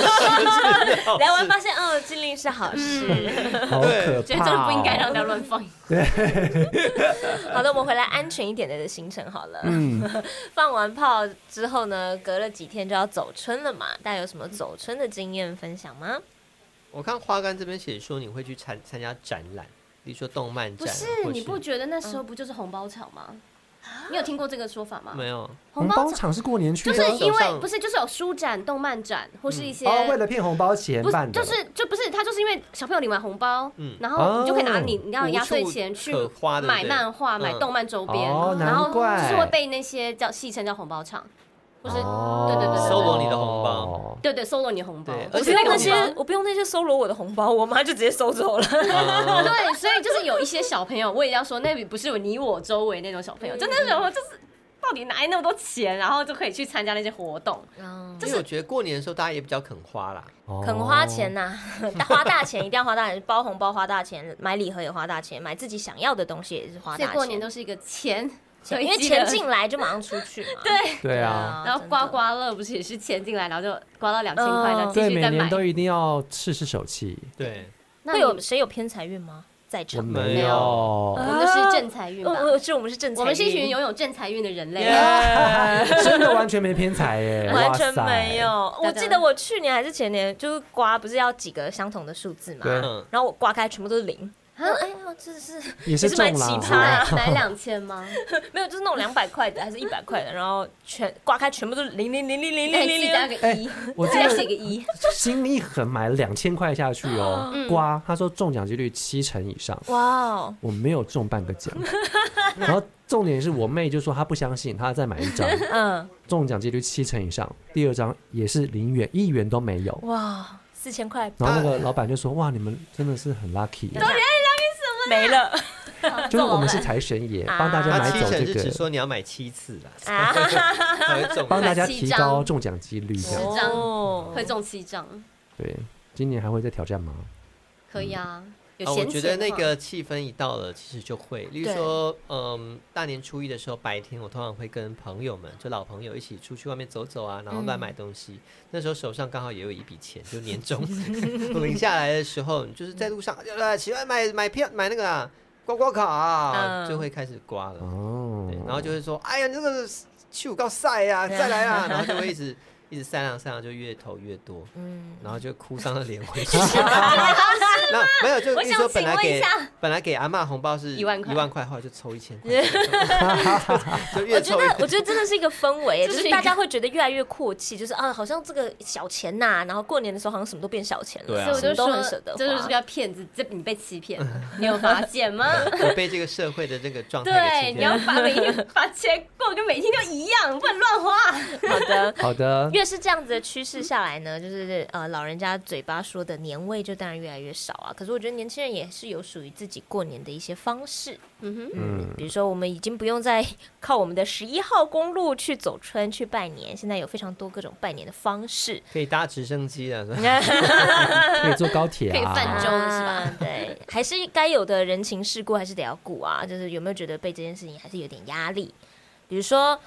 S1: <laughs>
S5: 事，
S3: 来完发现，哦，禁令是好
S2: <laughs>
S5: 嗯
S3: 事。
S2: 好可
S5: 觉
S2: 怕、
S5: 得真的
S2: 哦！
S5: 不应该让大家乱 <laughs> 放。
S3: 好的，我们回来安全一点的行程好了。
S2: 嗯，
S3: <laughs> 放完炮之后呢，隔了几天就要走春了嘛，大家有什么走春的经验分享吗？
S1: 我看花干这边写说你会去参参加展览，比如说动漫
S5: 不
S1: 展啊，
S5: 是，
S1: 或
S5: 你不觉得那时候不就是红包场吗？你有听过这个说法吗？
S1: 没
S5: <laughs>
S1: 有？
S5: 红
S2: 红
S5: 包
S2: 包
S5: 场
S2: 场是过年去
S5: 就
S2: 的，
S5: 是因
S1: 手
S5: 为
S1: 上
S5: 不是就是有书展、动漫展或是一些
S2: 哦，为了骗红包钱
S5: 不是
S2: 办的，
S5: 就是就不是他就是因为小朋友领完红包
S1: 嗯，
S5: 然后你就可以拿你
S2: 哦
S5: 你要压岁钱去
S1: 无处可花对不对
S5: 买漫画、买
S1: 嗯
S5: 动漫周边，
S2: 哦
S5: 然后
S2: 难怪
S5: 就是会被那些叫戏称叫红包场，或是
S2: 哦，
S5: 对对对对对
S1: 搜罗你的红包。
S5: 对对搜罗你红包
S1: 对，
S5: 我
S1: 而
S5: 是
S1: 且
S5: 那
S1: 那
S5: 个
S1: 个红
S3: 那
S5: 红
S3: 些
S1: 包
S5: 包。
S3: 我不用那些收罗我的红包，我妈就直接收走了。
S1: 啊
S5: 对，所以就是有一些小朋友，我也要说，那不是你我周围那种小朋友，真的有就是到底哪来那么多钱，然后就可以去参加那些活动，
S1: 因为我觉得过年的时候大家也比较肯花啦，
S2: 哦
S3: 嗯肯花钱呐、 <laughs> 花大钱一定要花大钱，包红包花大钱，买礼盒也花大钱，买自己想要的东西也是花
S5: 所以
S3: 大钱。
S5: 过年都是一个钱，
S3: 钱因为钱进来就马上出去 <laughs> 嘛。
S5: 对。
S2: 对啊，
S5: 然后刮刮乐不是也是钱进来，然后就刮到两千块，
S3: 嗯
S5: 然后继
S2: 对，
S5: 续
S2: 每
S5: 再买
S2: 年。都一定要试试手气。
S1: 对，
S5: 那
S3: 会
S5: 你
S3: 有谁有偏财运吗？在
S2: 我
S3: 场？
S2: 没
S1: 没
S2: 有
S1: 有
S5: 我，们就是正财运吧
S3: 我？ <laughs> 我哦是我们是正财运，
S5: 我们是一群拥有正财运的人类。
S2: 真的完全没偏财耶，
S3: 完全
S2: 哇塞
S3: 没。有。
S5: 大
S3: 我
S5: 家
S3: 记得我去年还是前年，就是刮不是要几个相同的数字嘛
S2: 对，
S1: 嗯，
S3: 然后我刮开全部都是零。然后哎呀，这是
S2: 也是
S3: 也是蛮
S2: 中啦
S3: 奇葩
S5: 买
S3: 的
S5: 啊买两千 <laughs> 吗？
S3: 没有，就是那种两百块的，还是一百块的，然后全刮开全部都是零零零零零零
S5: 那哎你自
S3: 零
S5: 己
S3: 零。
S5: 加个一，
S2: 我
S5: 再
S2: 真
S5: <laughs> 写
S2: 的
S5: 个一。
S2: <laughs> 心里一狠，买了两千块下去哦，刮。他说中奖几率七成以上，
S3: 哇哦！
S2: 我没有中半个奖。然后重点是我妹就说她不相信，她再买一张，
S3: 嗯，
S2: 中奖几率七成以上，第二张也是零元，一元都没有。
S3: 哇，四千块
S2: 然后那个老板就说：“哇，你们真的是很 lucky，
S3: 没了
S2: 就是我
S5: <laughs>
S2: 们是财神爷，帮大家
S1: 他
S2: 买
S1: 啊七
S2: 走
S1: 成
S2: 这
S1: 是指
S2: 个，
S1: 说你要买七次啦，<laughs>
S3: 啊！
S1: 才会中。啊
S2: 帮大家
S5: 买七
S2: 提
S5: 张
S2: 高中奖几率。”这样
S5: 是这样
S3: 哦
S5: 会中七张，
S2: 对，今年还会再挑战吗？
S5: 可以啊。有
S1: 啊我
S5: 闲
S1: 觉
S5: 钱
S1: 得
S5: 的
S1: 那
S5: 话
S1: 个气氛一到了，其实就会，例如说，嗯，大年初一的时候，白天我通常会跟朋友们，就老朋友一起出去外面走走啊，然后乱
S5: 嗯
S1: 买东西。那时候手上刚好也有一笔钱，就年终 <laughs> 领下来的时候，你就是在路上，呃，喜欢买买票买那个啊，刮刮卡啊，
S3: 嗯
S1: 就会开始刮了。
S2: 哦
S5: 啊
S1: 啊
S5: <laughs>
S1: 对，然后就会说，哎呀，你这个去五告赛呀，再来啊，然后就会一直。一直散浪散浪，就越投越多，
S3: 嗯，
S1: 然后就哭丧着脸
S5: <laughs>
S1: 回去。那没有，就
S5: 我
S1: 是
S5: 想
S1: 说本
S5: 请
S1: 来
S5: 问一
S1: 给
S5: 下
S1: 本来给阿嬷红包是
S5: 一万块
S1: 一万块，后来就抽一千块， <laughs> 就越
S3: <laughs> 我觉
S1: 抽越
S3: 得，我觉得真的是一个氛围，
S5: 这 <laughs>
S3: 就是是
S5: 一个
S3: 大家会觉得越来越阔气，就是啊，好像这个小钱呐、然后过年的时候好像什么都变小钱了，
S4: 对啊
S5: 所以我
S3: 什么
S5: 就
S3: 都
S5: 说
S3: 很舍得，花。
S5: 这就是个骗子，这你被欺 <laughs> 骗了，你有发现 <laughs> 吗？
S1: 我被这个社会的这个状态给
S5: 对，
S1: 欺
S5: 你要
S1: 骗。
S5: 把每天把钱过跟每天都一样，不能乱花。
S3: 好
S5: <laughs>
S3: 的。
S2: 好的，
S3: <laughs> 越是这样子的趋势下来呢，就是呃，老人家嘴巴说的年味就当然越来越少啊。可是我觉得年轻人也是有属于自己过年的一些方式，
S5: 嗯哼，
S3: 嗯，比如说我们已经不用再 <laughs> 靠我们的十一号公路去走村去拜年，现在有非常多各种拜年的方式。 <laughs>
S1: 可以搭直升机啊了，是吧
S2: 可以坐高铁
S5: 可以
S2: 啊，
S5: 泛舟了是吧
S3: 啊对，还是该有的人情世故还是得要顾啊。就是有没有觉得被这件事情还是有点压力？比如说，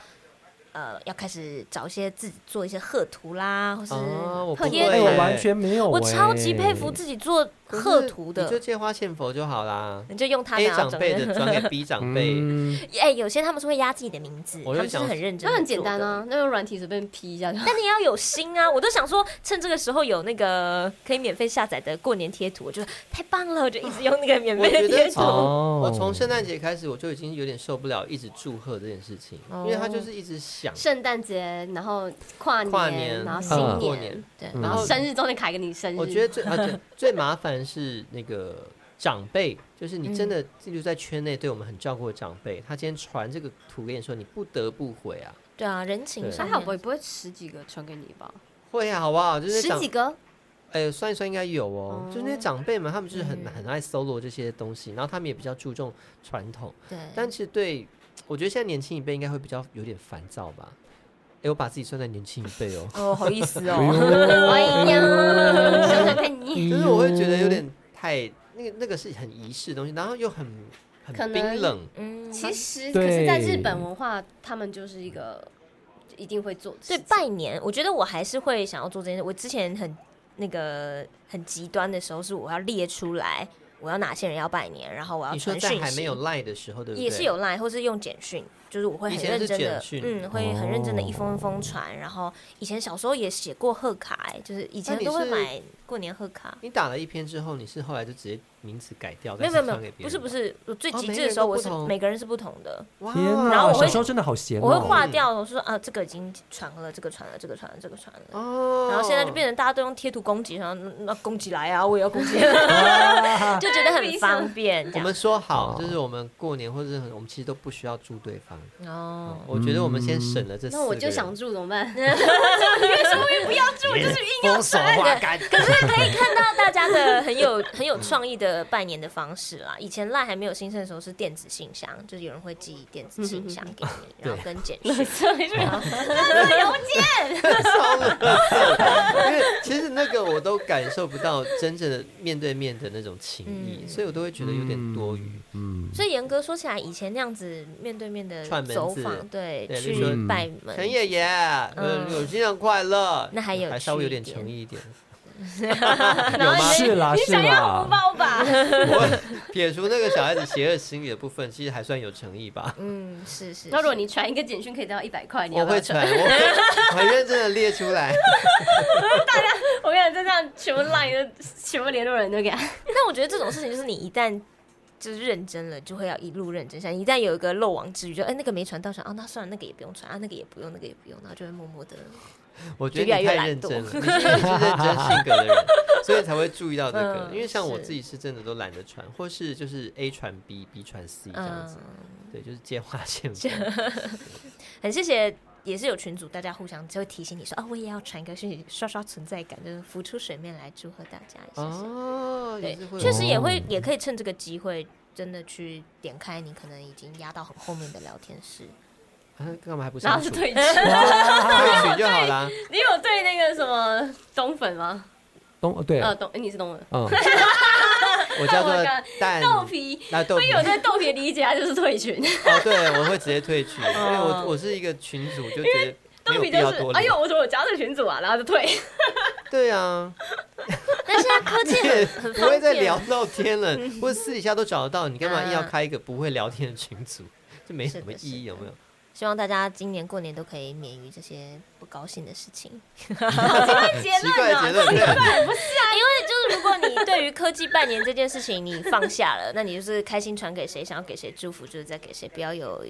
S3: 呃，要开始找一些自己做一些贺图啦，或是、
S1: 哦，我不
S3: 特
S1: 会
S3: 别
S2: 哎，
S1: 耶，
S2: 我完全没有，哎
S3: 我超级佩服自己做
S1: 可是
S3: 贺图
S1: 你就
S3: 的，
S1: 借花献佛就好啦。
S3: 你就用它
S1: A
S3: 拿
S1: 长
S3: 装
S1: 辈的转给 B 长辈，
S2: 嗯
S3: <laughs> 哎，有些他们是会压自己的名字，他
S1: 我就
S3: 们是
S1: 想
S3: 很认真，
S5: 那很简单。啊，那用软体随便 P 一
S3: <laughs>
S5: 下就好。
S3: 但你也要有心啊！我都想说，趁这个时候有那个可以免费下载的过年贴图，我觉得太棒了，我就一直用那个免
S1: 我
S3: 费
S1: 觉
S3: 的贴
S1: 得 <laughs>
S3: 图
S1: 从。
S2: 哦
S1: 我从圣诞节开始，我就已经有点受不了一直祝贺这件事情，
S5: 哦
S1: 因为他就是一直想，
S5: <laughs> 圣诞节，然后跨年，
S1: 跨年
S5: 然后
S2: 嗯
S5: 新
S1: 过
S5: 年嗯
S1: 年，
S3: 对，
S5: 然后生日中间卡一个你生日。
S1: 我觉得最而且最麻烦是那个长辈，就是你真的
S5: 嗯
S1: 就在圈内对我们很照顾的长辈，他今天传这个图给你说，你不得不回啊，
S3: 对啊，人情
S1: 对
S3: 上
S5: 还
S3: 面
S5: 好，我也不会十几个传给你吧，
S1: 会啊，好不好？就是
S5: 十
S1: 长
S5: 几个
S1: 哎、算一算应该有哦，
S5: 哦
S1: 就是那些长辈们，他们就是很、
S3: 嗯
S1: 很爱 solo 这些东西，然后他们也比较注重传统，
S3: 对，，
S1: 但其实对我觉得现在年轻一辈应该会比较有点烦躁吧。哎、我把自己算在年轻一辈哦
S3: 哦，好意思
S2: 哎
S3: 哦。
S2: 呦
S5: 哎 <laughs> 呀，想想看
S1: <laughs>
S5: 你，
S1: 就是我会觉
S3: 哎
S1: 得有点太那个那个是很仪式的东西，然后又很
S5: 可
S1: 很
S5: 能
S1: 冰冷，
S3: 嗯，
S5: 其实可
S2: 对
S5: 是在日本文化，他们就是一个一定会做的
S3: 所以
S5: 事情。
S3: 拜年，我觉得我还是会想要做这件事。我之前很那个很极端的时候，是我要列出来我要哪些人要拜年，然后我要
S1: 你说
S3: 传
S1: 在
S3: 讯
S1: 还没
S3: 息
S1: 有，赖的时候，对不对？
S3: 也是有 line 或是用简讯，就是我会
S1: 以
S3: 很
S1: 前
S3: 认
S1: 是
S3: 真的
S1: 简讯，
S3: 嗯，会很认真的
S2: 哦
S3: 一封一封传。然后以前小时候也写过贺卡、哎就是以前
S1: 啊那你
S3: 都会
S1: 是
S3: 买过年贺卡。
S1: 你打了一篇之后，你是后来就直接名字改掉，
S3: 没有没
S1: 哦再
S3: 有没
S1: 传给
S3: 有，
S1: 别人
S3: 不是不
S1: 吧，
S3: 是，我最
S1: 哦
S3: 极
S1: 每
S3: 致
S1: 个
S3: 的
S1: 人
S3: 时候，
S1: 都
S3: 我
S1: 不
S3: 是
S1: 同
S3: 每个人是不同的。
S1: 哇
S2: 天哪，
S3: 然后我会
S2: 小时候真的好闲哦，
S3: 我会划掉，我说啊，这个已经传了，这个传了，这个传了，这个传了。
S1: 哦，
S3: 然后现在就变成大家都用贴图攻击，然后嗯那攻击来啊，我也要攻
S1: <laughs>
S3: 击，就觉得
S5: <laughs>
S3: 很方便。这
S1: 我
S3: 样
S1: 们说好，就是我们过年或者是很我们其实都不需要祝对方。
S3: 哦，
S1: 我觉得我们先省了这四个
S5: 那
S1: 人。
S5: 我就
S1: <laughs>
S5: 想住怎么 <laughs> 办？为什么我也不要住？就是硬要
S1: 封手画杆，可是
S3: 可以看到大家的
S1: <laughs>
S3: 很有很有创意的拜年的方式啦。以前赖还没有兴盛的时候是电子信箱，就是有人会寄电子信箱给你，
S1: 对
S3: 然后跟简讯。
S1: 因为其实那个我都感受不到真正的面对面的那种情谊，
S3: 嗯
S1: 所以我都会觉得有点多余。
S2: 嗯，
S3: <laughs> 所以严格说起来，以前那样子面对面的
S1: 串门子
S3: 走访，对，
S1: 对例如
S3: 去
S2: 说
S3: 拜门，
S1: 陈爷爷，呃，有新年快乐。
S3: 嗯那还有
S1: 还稍微有
S3: 趣一
S1: 点
S3: 点
S1: 诚意一
S3: <laughs>
S1: 点，
S5: 然后
S2: 是啦
S5: 你
S2: 是
S5: 想要
S2: 啦
S5: 红包吧？ <laughs>
S1: 我撇除那个小孩子邪恶心理的部分，其实还算有诚意吧。
S3: 嗯，是是。
S5: 那如
S3: 是
S5: 果你传一个简讯可以得到一百块，你要
S1: 我
S5: 不要
S1: 会 <laughs>
S5: 传
S1: 传，？我会很认真的列出
S3: <laughs>
S1: 来。
S5: 我跟 <laughs> 你讲，就这样全部 line 都全部联络人都给他。
S3: 但我觉得这种事情就是你一旦就是认真了，就会要一路认真下去。一旦有一个漏网之鱼，就哎、那个没传到，想啊那算了，那个也不用传啊，那个也不用，那个也不用，然后就会默默的。
S1: 我觉得你
S3: 就越来
S1: 太
S3: 越
S1: 认
S3: 懒惰
S1: 真了，
S3: <laughs>
S1: 你是因为你是认真性格的人，所以才会注意到这个。
S3: 嗯
S1: 因为像我
S3: 是
S1: 自己是真的都懒得传，或是就是 A 传 B，B 传 C 这样子
S3: 嗯。，
S1: 对，就是接话
S3: <laughs>
S1: 线佛。
S3: 很谢谢。也是有群组，大家互相就会提醒你说啊，我也要传一个讯息，刷刷存在感，就是浮出水面来祝贺大家。谢谢。
S1: 哦，也
S3: 对
S1: 是会，有
S3: 确实也会
S2: 哦，
S3: 也可以趁这个机会，真的去点开你可能已经压到很后面的聊天室。
S1: 啊干嘛还不
S5: 然
S1: 删
S5: 后
S1: 除？
S5: 是
S1: 退
S5: 退群。
S1: 群就好啦。
S5: <laughs> 你有对那个什么东粉吗？
S2: 东对，
S5: 呃，东你是 <laughs> 东粉。
S2: 嗯，
S1: 我叫做
S5: Oh my
S1: 蛋
S5: 豆皮，
S1: 啊豆
S5: 所
S1: 皮
S5: 以。我对豆皮的理解，他就是退 <laughs> 群。
S1: 哦，对，我会直接退群，因为我我是一个群主，就觉得没
S5: 嗯豆
S1: 有
S5: 皮
S1: 必
S5: 就
S1: 要
S5: 是
S1: 多，
S5: 哎
S1: 聊。
S5: 呦，我怎么有加这个群组啊？然后就退。
S1: 对啊，
S3: 但现在科技
S1: 你也
S3: 很
S1: <laughs>
S3: 很
S1: 不
S3: 方
S1: 会
S3: 便，
S1: 再聊到天
S5: <laughs>
S1: 了，或者私底下都找得到，你干嘛硬要
S3: 嗯
S1: 开一个不会聊天的群组？这没
S3: 是
S1: 什么
S3: 的是
S1: 意义，有没有？
S3: 希望大家今年过年都可以免于这些不高兴的事
S1: <laughs>
S3: 情。
S5: 结
S1: 奇怪
S5: 论
S1: 的
S5: 啊
S1: 结，论，对，
S3: 因为就是如果你对于科技拜年这件事情你放下了，那你就是开心传给谁，想要给谁祝福，就是在给谁，不要有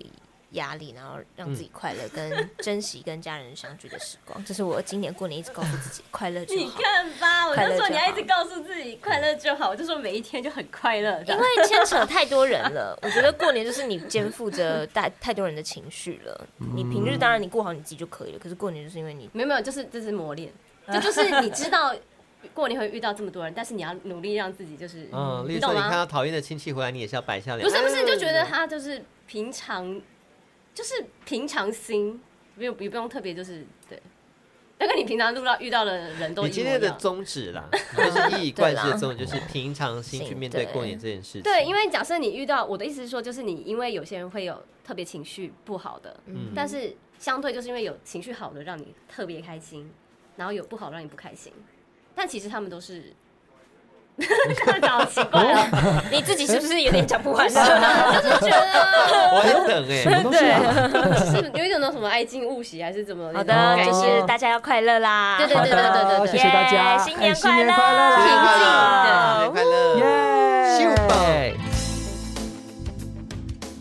S3: 压力，然后让自己快乐，跟珍惜跟家人相聚的时光。这是我今年过年一直告诉自己，快乐就
S5: <laughs> 你
S3: 好。
S5: 看吧，我
S3: 快乐
S5: 就说
S3: 就
S5: 你要一
S3: 好
S5: 直告诉自己快乐就好，我就说每一天就很快乐的
S3: 因。为牵扯太多人了，我觉得过年就是你肩负着大太多人的情绪了。你平日当然你过好你自己就可以了，可是过年就是因为你
S5: 没有没有，就是这是磨练，
S1: 嗯
S5: 这就是你知道过年会遇到这么多人，但是你要努力让自己就是，
S1: <laughs> 嗯，例
S5: 你
S1: 如说
S5: 懂
S1: 你看
S5: 吗？
S1: 到讨厌的亲戚回来，你也是要摆下脸，
S5: 不是不
S1: 哎
S5: 是，就觉得他就是平常，就是平常心，没有也不用特别就是对，那跟你平常遇到遇到的人都
S1: 你
S5: 一
S1: 今
S5: 模
S1: 天
S5: 一
S1: 的
S5: 样。嗯
S1: 宗旨啦，就是一以贯之
S3: 对
S1: 的
S3: 啦
S1: 宗旨，就是平常心去面对过年这件事情。
S5: 对，因为假设你遇到我的意思是说，就是你因为有些人会有特别情绪不好的，
S1: 嗯
S5: 但是相对就是因为有情绪好的让你特别开心，然后有不好让你不开心，但其实他们都
S6: <laughs>
S5: 是，这样讲好奇怪啊，
S3: 你自己是不是有点讲不完啊了？
S7: <laughs>
S5: 就是觉得
S1: 我在等
S5: <laughs>
S1: 哎、
S7: 什么东西啊？
S5: 是有一种那种什么爱敬勿喜还是怎么
S3: 好
S5: 那
S3: 的，
S5: 种
S3: 就
S5: 感觉
S3: 是大家要快乐啦。
S5: 对对
S7: 好
S5: 对对对对
S7: 的，
S5: 对
S7: 谢谢大家，
S3: 耶新年
S7: 哎
S3: 快乐
S1: 新
S7: 啦
S1: 年快乐，
S3: 哇
S1: 新年快乐，秀
S7: 耶！
S1: 宝。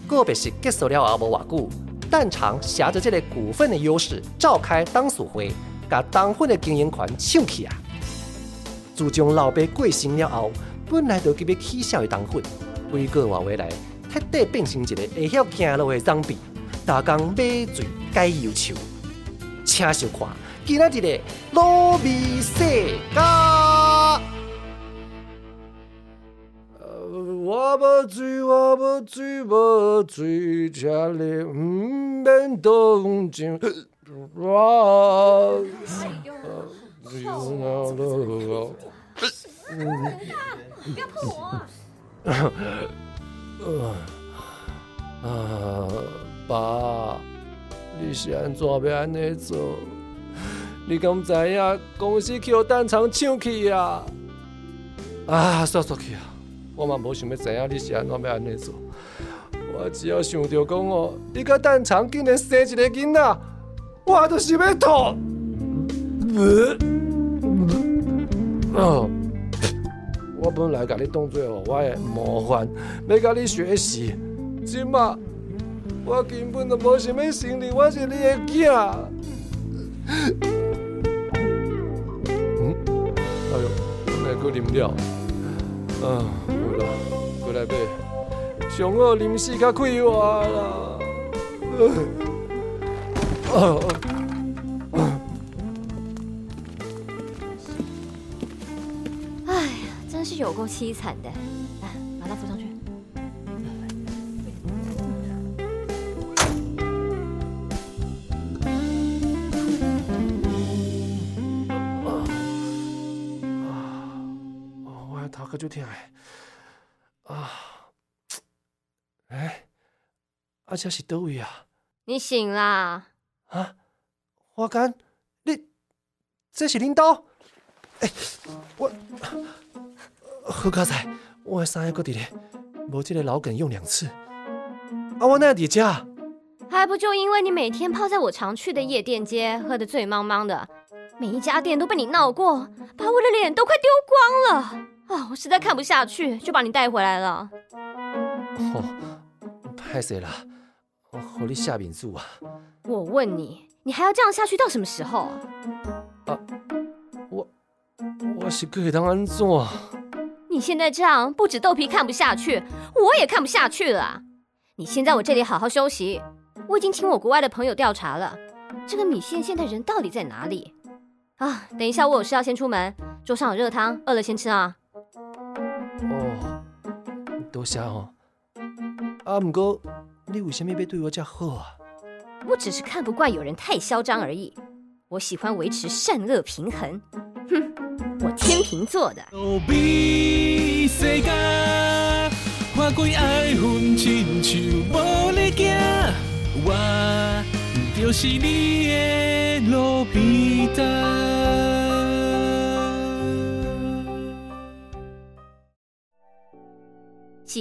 S2: 个别是结束了后无偌久，蛋肠挟着这个股份的优势召开董事会，把当份的经营权抢去啊！自从老爸过身了后，本来就急要起痟的当份，几个月回来，彻底变成一个会晓行路的脏逼，逐工买醉解忧愁。请收看今仔日的卤味世家。
S7: 我不醉，我不醉，不醉，家里唔免动静。我
S5: 不要碰我啊，
S7: 啊，爸，你是安怎要安尼做？ <laughs> 你敢知影公司去互蛋厂抢去啊？啊，煞煞去啊！我嘛无想要知影你是安怎要安尼做。我只要想到讲哦，你甲蛋厂竟然生一个囡仔，我都想要吐。呃哦，我本来甲你当做我的模范，要甲你学习。即嘛，我根本就无想要承认我是你的囝。嗯，哎呦，我来搁啉了。啊，有啦，过来买。上好啉死较快活啦。 <laughs> 啊
S6: 真是有够凄惨的。来，把它扶上去。
S7: 哦，我的头壳就疼的。啊，哎，啊，这是倒位啊？
S6: 你醒啦！
S7: 啊，花干，你这是恁兜？哎、我好佳哉，我的衫还搁伫咧，无即个老梗用两次。啊，我哪会伫遮？
S6: 还不就因为你每天泡在我常去的夜店街，喝得醉茫茫的，每一家店都被你闹过，把我的脸都快丢光了啊！我实在看不下去，就把你带回来了。
S7: 哦，歹势啦，我互你下面子啊。
S6: 我问你，你还要这样下去到什么时候？
S7: 我是可会当安怎？
S6: 你现在这样，不止豆皮看不下去，我也看不下去了。你先在我这里好好休息。我已经请我国外的朋友调查了，这个米线现在人到底在哪里？啊，等一下，我有事要先出门，桌上有热汤，饿了先吃啊。
S7: 哦，多谢哦。啊，毋过你为虾米要对我遮好啊？
S6: 我只是看不惯有人太嚣张而已。我喜欢维持善恶平衡。哼，我天秤座的。
S8: 路比世界，看开爱恨亲像无你行，我就是你的路比达。
S6: 喜